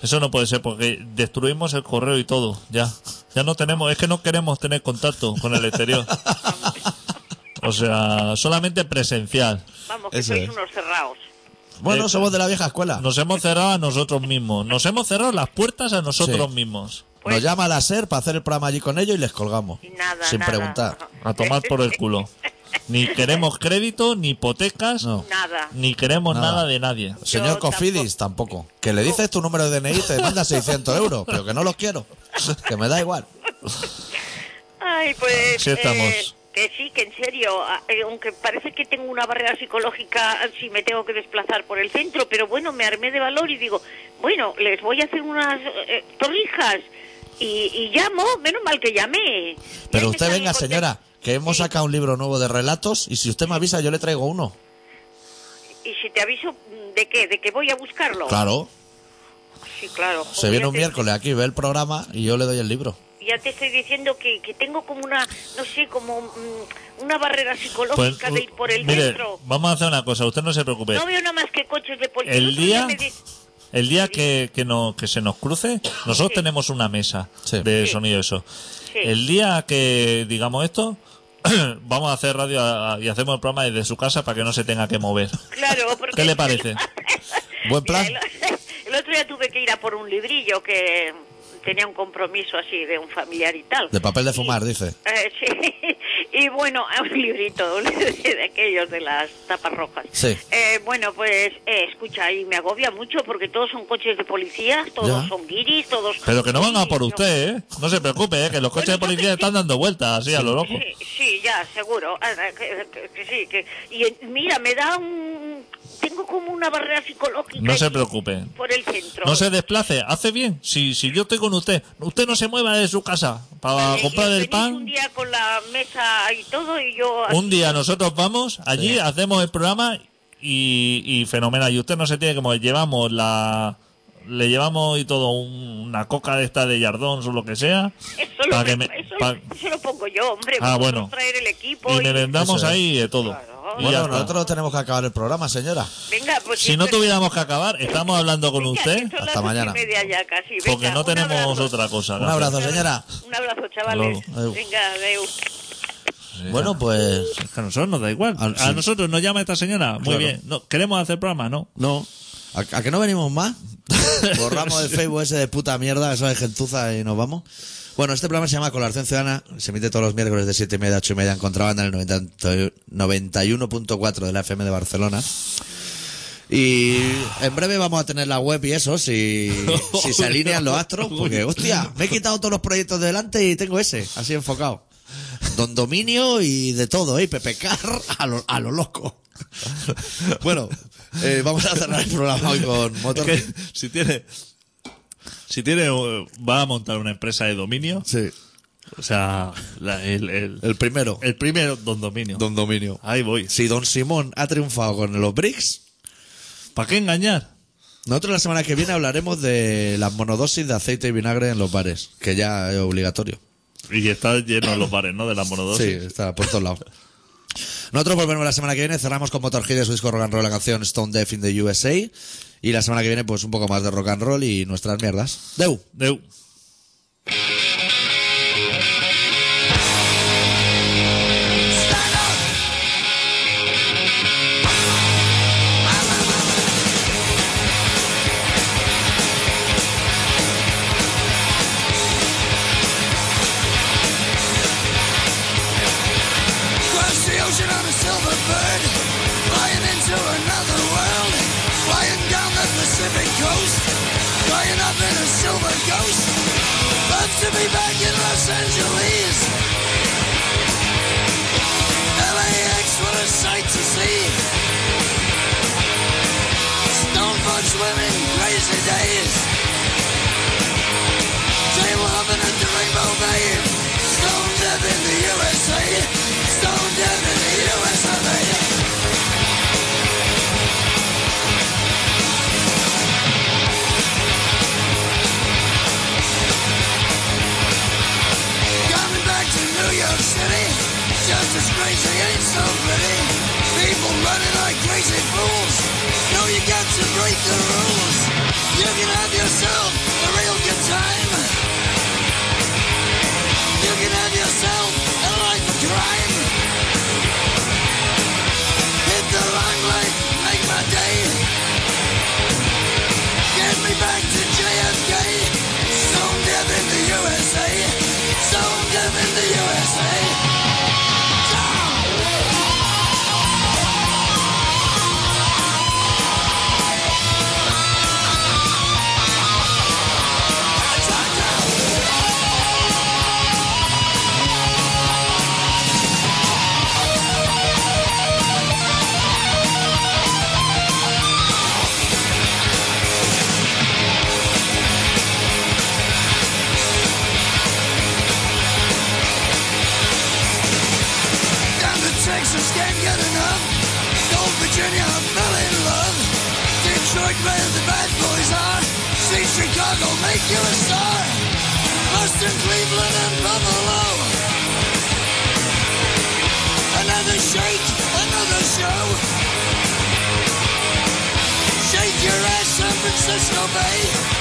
Speaker 2: eso, no puede ser porque destruimos el correo y todo. Ya, ya no tenemos, es que no queremos tener contacto con el exterior. O sea, solamente presencial.
Speaker 6: Vamos, que
Speaker 1: eso
Speaker 6: sois
Speaker 1: es.
Speaker 6: unos cerrados.
Speaker 1: Bueno,
Speaker 2: Eh,
Speaker 1: somos de la vieja escuela.
Speaker 2: Nos hemos cerrado a nosotros mismos, nos hemos cerrado las puertas a nosotros
Speaker 1: Sí.
Speaker 2: mismos.
Speaker 6: Pues-
Speaker 1: Nos llama la SER para hacer el programa allí con ellos y les colgamos.
Speaker 6: Y nada,
Speaker 1: sin
Speaker 6: nada.
Speaker 1: preguntar.
Speaker 2: A tomar por el culo. Ni queremos crédito, ni hipotecas,
Speaker 1: No.
Speaker 6: Nada.
Speaker 2: ni queremos
Speaker 1: Nada.
Speaker 2: nada de nadie.
Speaker 1: Señor
Speaker 6: tampoco.
Speaker 1: Cofidis, tampoco. Que le dices tu número de DNI y te manda 600 euros, pero que no los quiero. Que me da igual.
Speaker 6: Ay, pues.
Speaker 2: Sí, estamos.
Speaker 6: eh, que sí, que en serio, a- eh, aunque parece que tengo una barrera psicológica eh, si me tengo que desplazar por el centro, pero bueno, me armé de valor y digo, bueno, les voy a hacer unas eh, torrijas y, y llamo, menos mal que llamé. Ya
Speaker 1: Pero
Speaker 6: me
Speaker 1: usted
Speaker 6: sale
Speaker 1: venga,
Speaker 6: contenta.
Speaker 1: señora, que hemos
Speaker 6: Sí,
Speaker 1: sacado un libro nuevo de relatos y si usted me avisa yo le traigo uno.
Speaker 6: Y si te aviso, mm, ¿de qué? ¿De que voy a buscarlo?
Speaker 1: Claro,
Speaker 6: Sí, claro.
Speaker 1: se viene un
Speaker 6: Obviamente.
Speaker 1: miércoles aquí, ve el programa y yo le doy el libro.
Speaker 6: Ya te estoy diciendo que, que tengo como una, no sé, como mm, una barrera
Speaker 2: Pues,
Speaker 6: psicológica de ir por el
Speaker 2: mire,
Speaker 6: centro.
Speaker 2: vamos a hacer una cosa, usted no se preocupe.
Speaker 6: No veo nada más que coches de policía.
Speaker 2: Pues, El
Speaker 6: otro
Speaker 2: día,
Speaker 6: me di-
Speaker 2: el día que, que, no, que se nos cruce, nosotros
Speaker 6: Sí.
Speaker 2: tenemos una mesa
Speaker 1: Sí.
Speaker 2: de
Speaker 6: Sí.
Speaker 2: sonido eso.
Speaker 6: Sí.
Speaker 2: El día que digamos esto, vamos a hacer radio a- a- y hacemos el programa desde su casa para que no se tenga que mover.
Speaker 6: Claro, porque...
Speaker 2: ¿Qué le parece?
Speaker 1: Buen plan.
Speaker 6: Mira, el, el otro día tuve que ir a por un librillo que tenía un compromiso así de un familiar y tal.
Speaker 1: De papel de
Speaker 6: Y-
Speaker 1: fumar, dice.
Speaker 6: eh, sí. Y bueno, un librito un libro de aquellos de las tapas rojas.
Speaker 1: Sí.
Speaker 6: Eh, bueno, pues eh, escucha, y me agobia mucho porque todos son coches de policías, todos
Speaker 1: Ya.
Speaker 6: son guiris, todos...
Speaker 2: Pero que no van a por
Speaker 6: Sí,
Speaker 2: usted, ¿eh? No se preocupe, ¿eh? que los coches de
Speaker 6: Bueno, yo
Speaker 2: policía
Speaker 6: pensé-
Speaker 2: están dando vueltas así a lo loco.
Speaker 6: Sí, sí, ya, seguro. Ah, ah, que- que- que sí, que- Y eh, mira, me da un... Tengo como una barrera psicológica.
Speaker 2: No se
Speaker 6: ahí
Speaker 2: preocupe.
Speaker 6: Por el centro.
Speaker 2: No se desplace, hace bien. Si, si yo estoy con usted, usted no se mueva de su casa para
Speaker 6: Vale, Eh, y
Speaker 2: comprar el
Speaker 6: venís
Speaker 2: pan.
Speaker 6: Un día con la mesa y todo y yo...
Speaker 2: Un día nosotros vamos allí, hacemos el programa y, y fenomenal. Y usted no se tiene que mover. Llevamos la. Le llevamos y todo un- una coca de esta de Yardón o lo que sea.
Speaker 6: Eso
Speaker 2: para
Speaker 6: lo,
Speaker 2: que me-
Speaker 6: eso-
Speaker 2: pa-
Speaker 6: eso lo pongo yo, hombre.
Speaker 2: Ah,
Speaker 6: vosotros
Speaker 2: bueno.
Speaker 6: traer el equipo.
Speaker 2: y
Speaker 6: y-
Speaker 2: merendamos
Speaker 1: Eso es.
Speaker 2: ahí de todo.
Speaker 6: Claro.
Speaker 2: Y ya
Speaker 1: Bueno,
Speaker 2: está.
Speaker 1: nosotros tenemos que acabar el programa, señora.
Speaker 6: Venga, pues
Speaker 2: Si no
Speaker 6: esto-
Speaker 2: tuviéramos que acabar, estamos hablando con
Speaker 6: Venga,
Speaker 2: usted
Speaker 6: que son las
Speaker 1: hasta
Speaker 6: ocho y
Speaker 1: mañana.
Speaker 6: media ya casi.
Speaker 2: porque
Speaker 6: Venga,
Speaker 2: no
Speaker 6: un
Speaker 2: tenemos
Speaker 6: abrazo.
Speaker 2: otra cosa.
Speaker 1: Un
Speaker 2: que hacer.
Speaker 1: abrazo, señora.
Speaker 6: Un abrazo, chavales.
Speaker 1: Hasta luego.
Speaker 6: Venga, adeu.
Speaker 1: Bueno, pues
Speaker 2: Es que a nosotros nos da igual.
Speaker 1: Ah,
Speaker 2: A
Speaker 1: sí.
Speaker 2: nosotros nos llama esta señora. Muy
Speaker 1: Claro.
Speaker 2: bien. No, queremos hacer programa, ¿no?
Speaker 1: No. ¿A, a que no venimos más? Borramos el Facebook ese de puta mierda, eso de gentuza y nos vamos. Bueno, este programa se llama Colaboración Ciudadana, se emite todos los miércoles de 7 y media a 8 y media en contrabanda en el 90 91.4 de la FM de Barcelona. Y en breve vamos a tener la web y eso, si, si se alinean los astros, porque hostia, me he quitado todos los proyectos de delante y tengo ese, así enfocado. Don Dominio y de todo, ¿eh? PPK a lo, a lo loco. Bueno, eh, vamos a cerrar el programa hoy con Motor.
Speaker 2: Que si tiene Si tiene, eh, va a montar una empresa de dominio,
Speaker 1: Sí.
Speaker 2: o sea, la- el, el,
Speaker 1: El primero,
Speaker 2: el primero, don dominio.
Speaker 1: Don Dominio.
Speaker 2: Ahí voy.
Speaker 1: Si Don Simón ha triunfado con los BRICS,
Speaker 2: ¿Para qué engañar?
Speaker 1: nosotros la semana que viene hablaremos de las monodosis de aceite y vinagre en los bares, que ya es obligatorio.
Speaker 2: Y está lleno los bares, ¿no? De la monodosis.
Speaker 1: Sí, está por todos lados. Nosotros volvemos la semana que viene, cerramos con Motorhead y su disco rock and roll, la canción Stone Deaf in the USA. Y la semana que viene, pues un poco más de rock and roll y nuestras mierdas. Deu.
Speaker 2: Deu.
Speaker 3: Across the ocean on a silver bird, flying into another world, flying down the Pacific coast, flying up in a silver ghost. Love to be back in Los Angeles. LAX, what a sight to see. Stone Bunch women, crazy days. Jay Lovin' at the Rainbow Maid. Stone Dead in the USA. Stone Dead in the USA. Coming back to New York City, just as crazy ain't so pretty. People running like crazy fools. No, you got to break the rules. You can have yourself a real good time. You can have yourself a life of crime. Hit the limelight, make my day. Get me back to JFK. Stone dead in the USA. Stone dead in the USA. Ah! Down to Texas, can't get enough. Old Virginia, I fell in love. Detroit, where the bad boys are. See Chicago, make you a star. Boston, Cleveland, and Buffalo. Another shake, another show. Shake your ass, San Francisco Bay.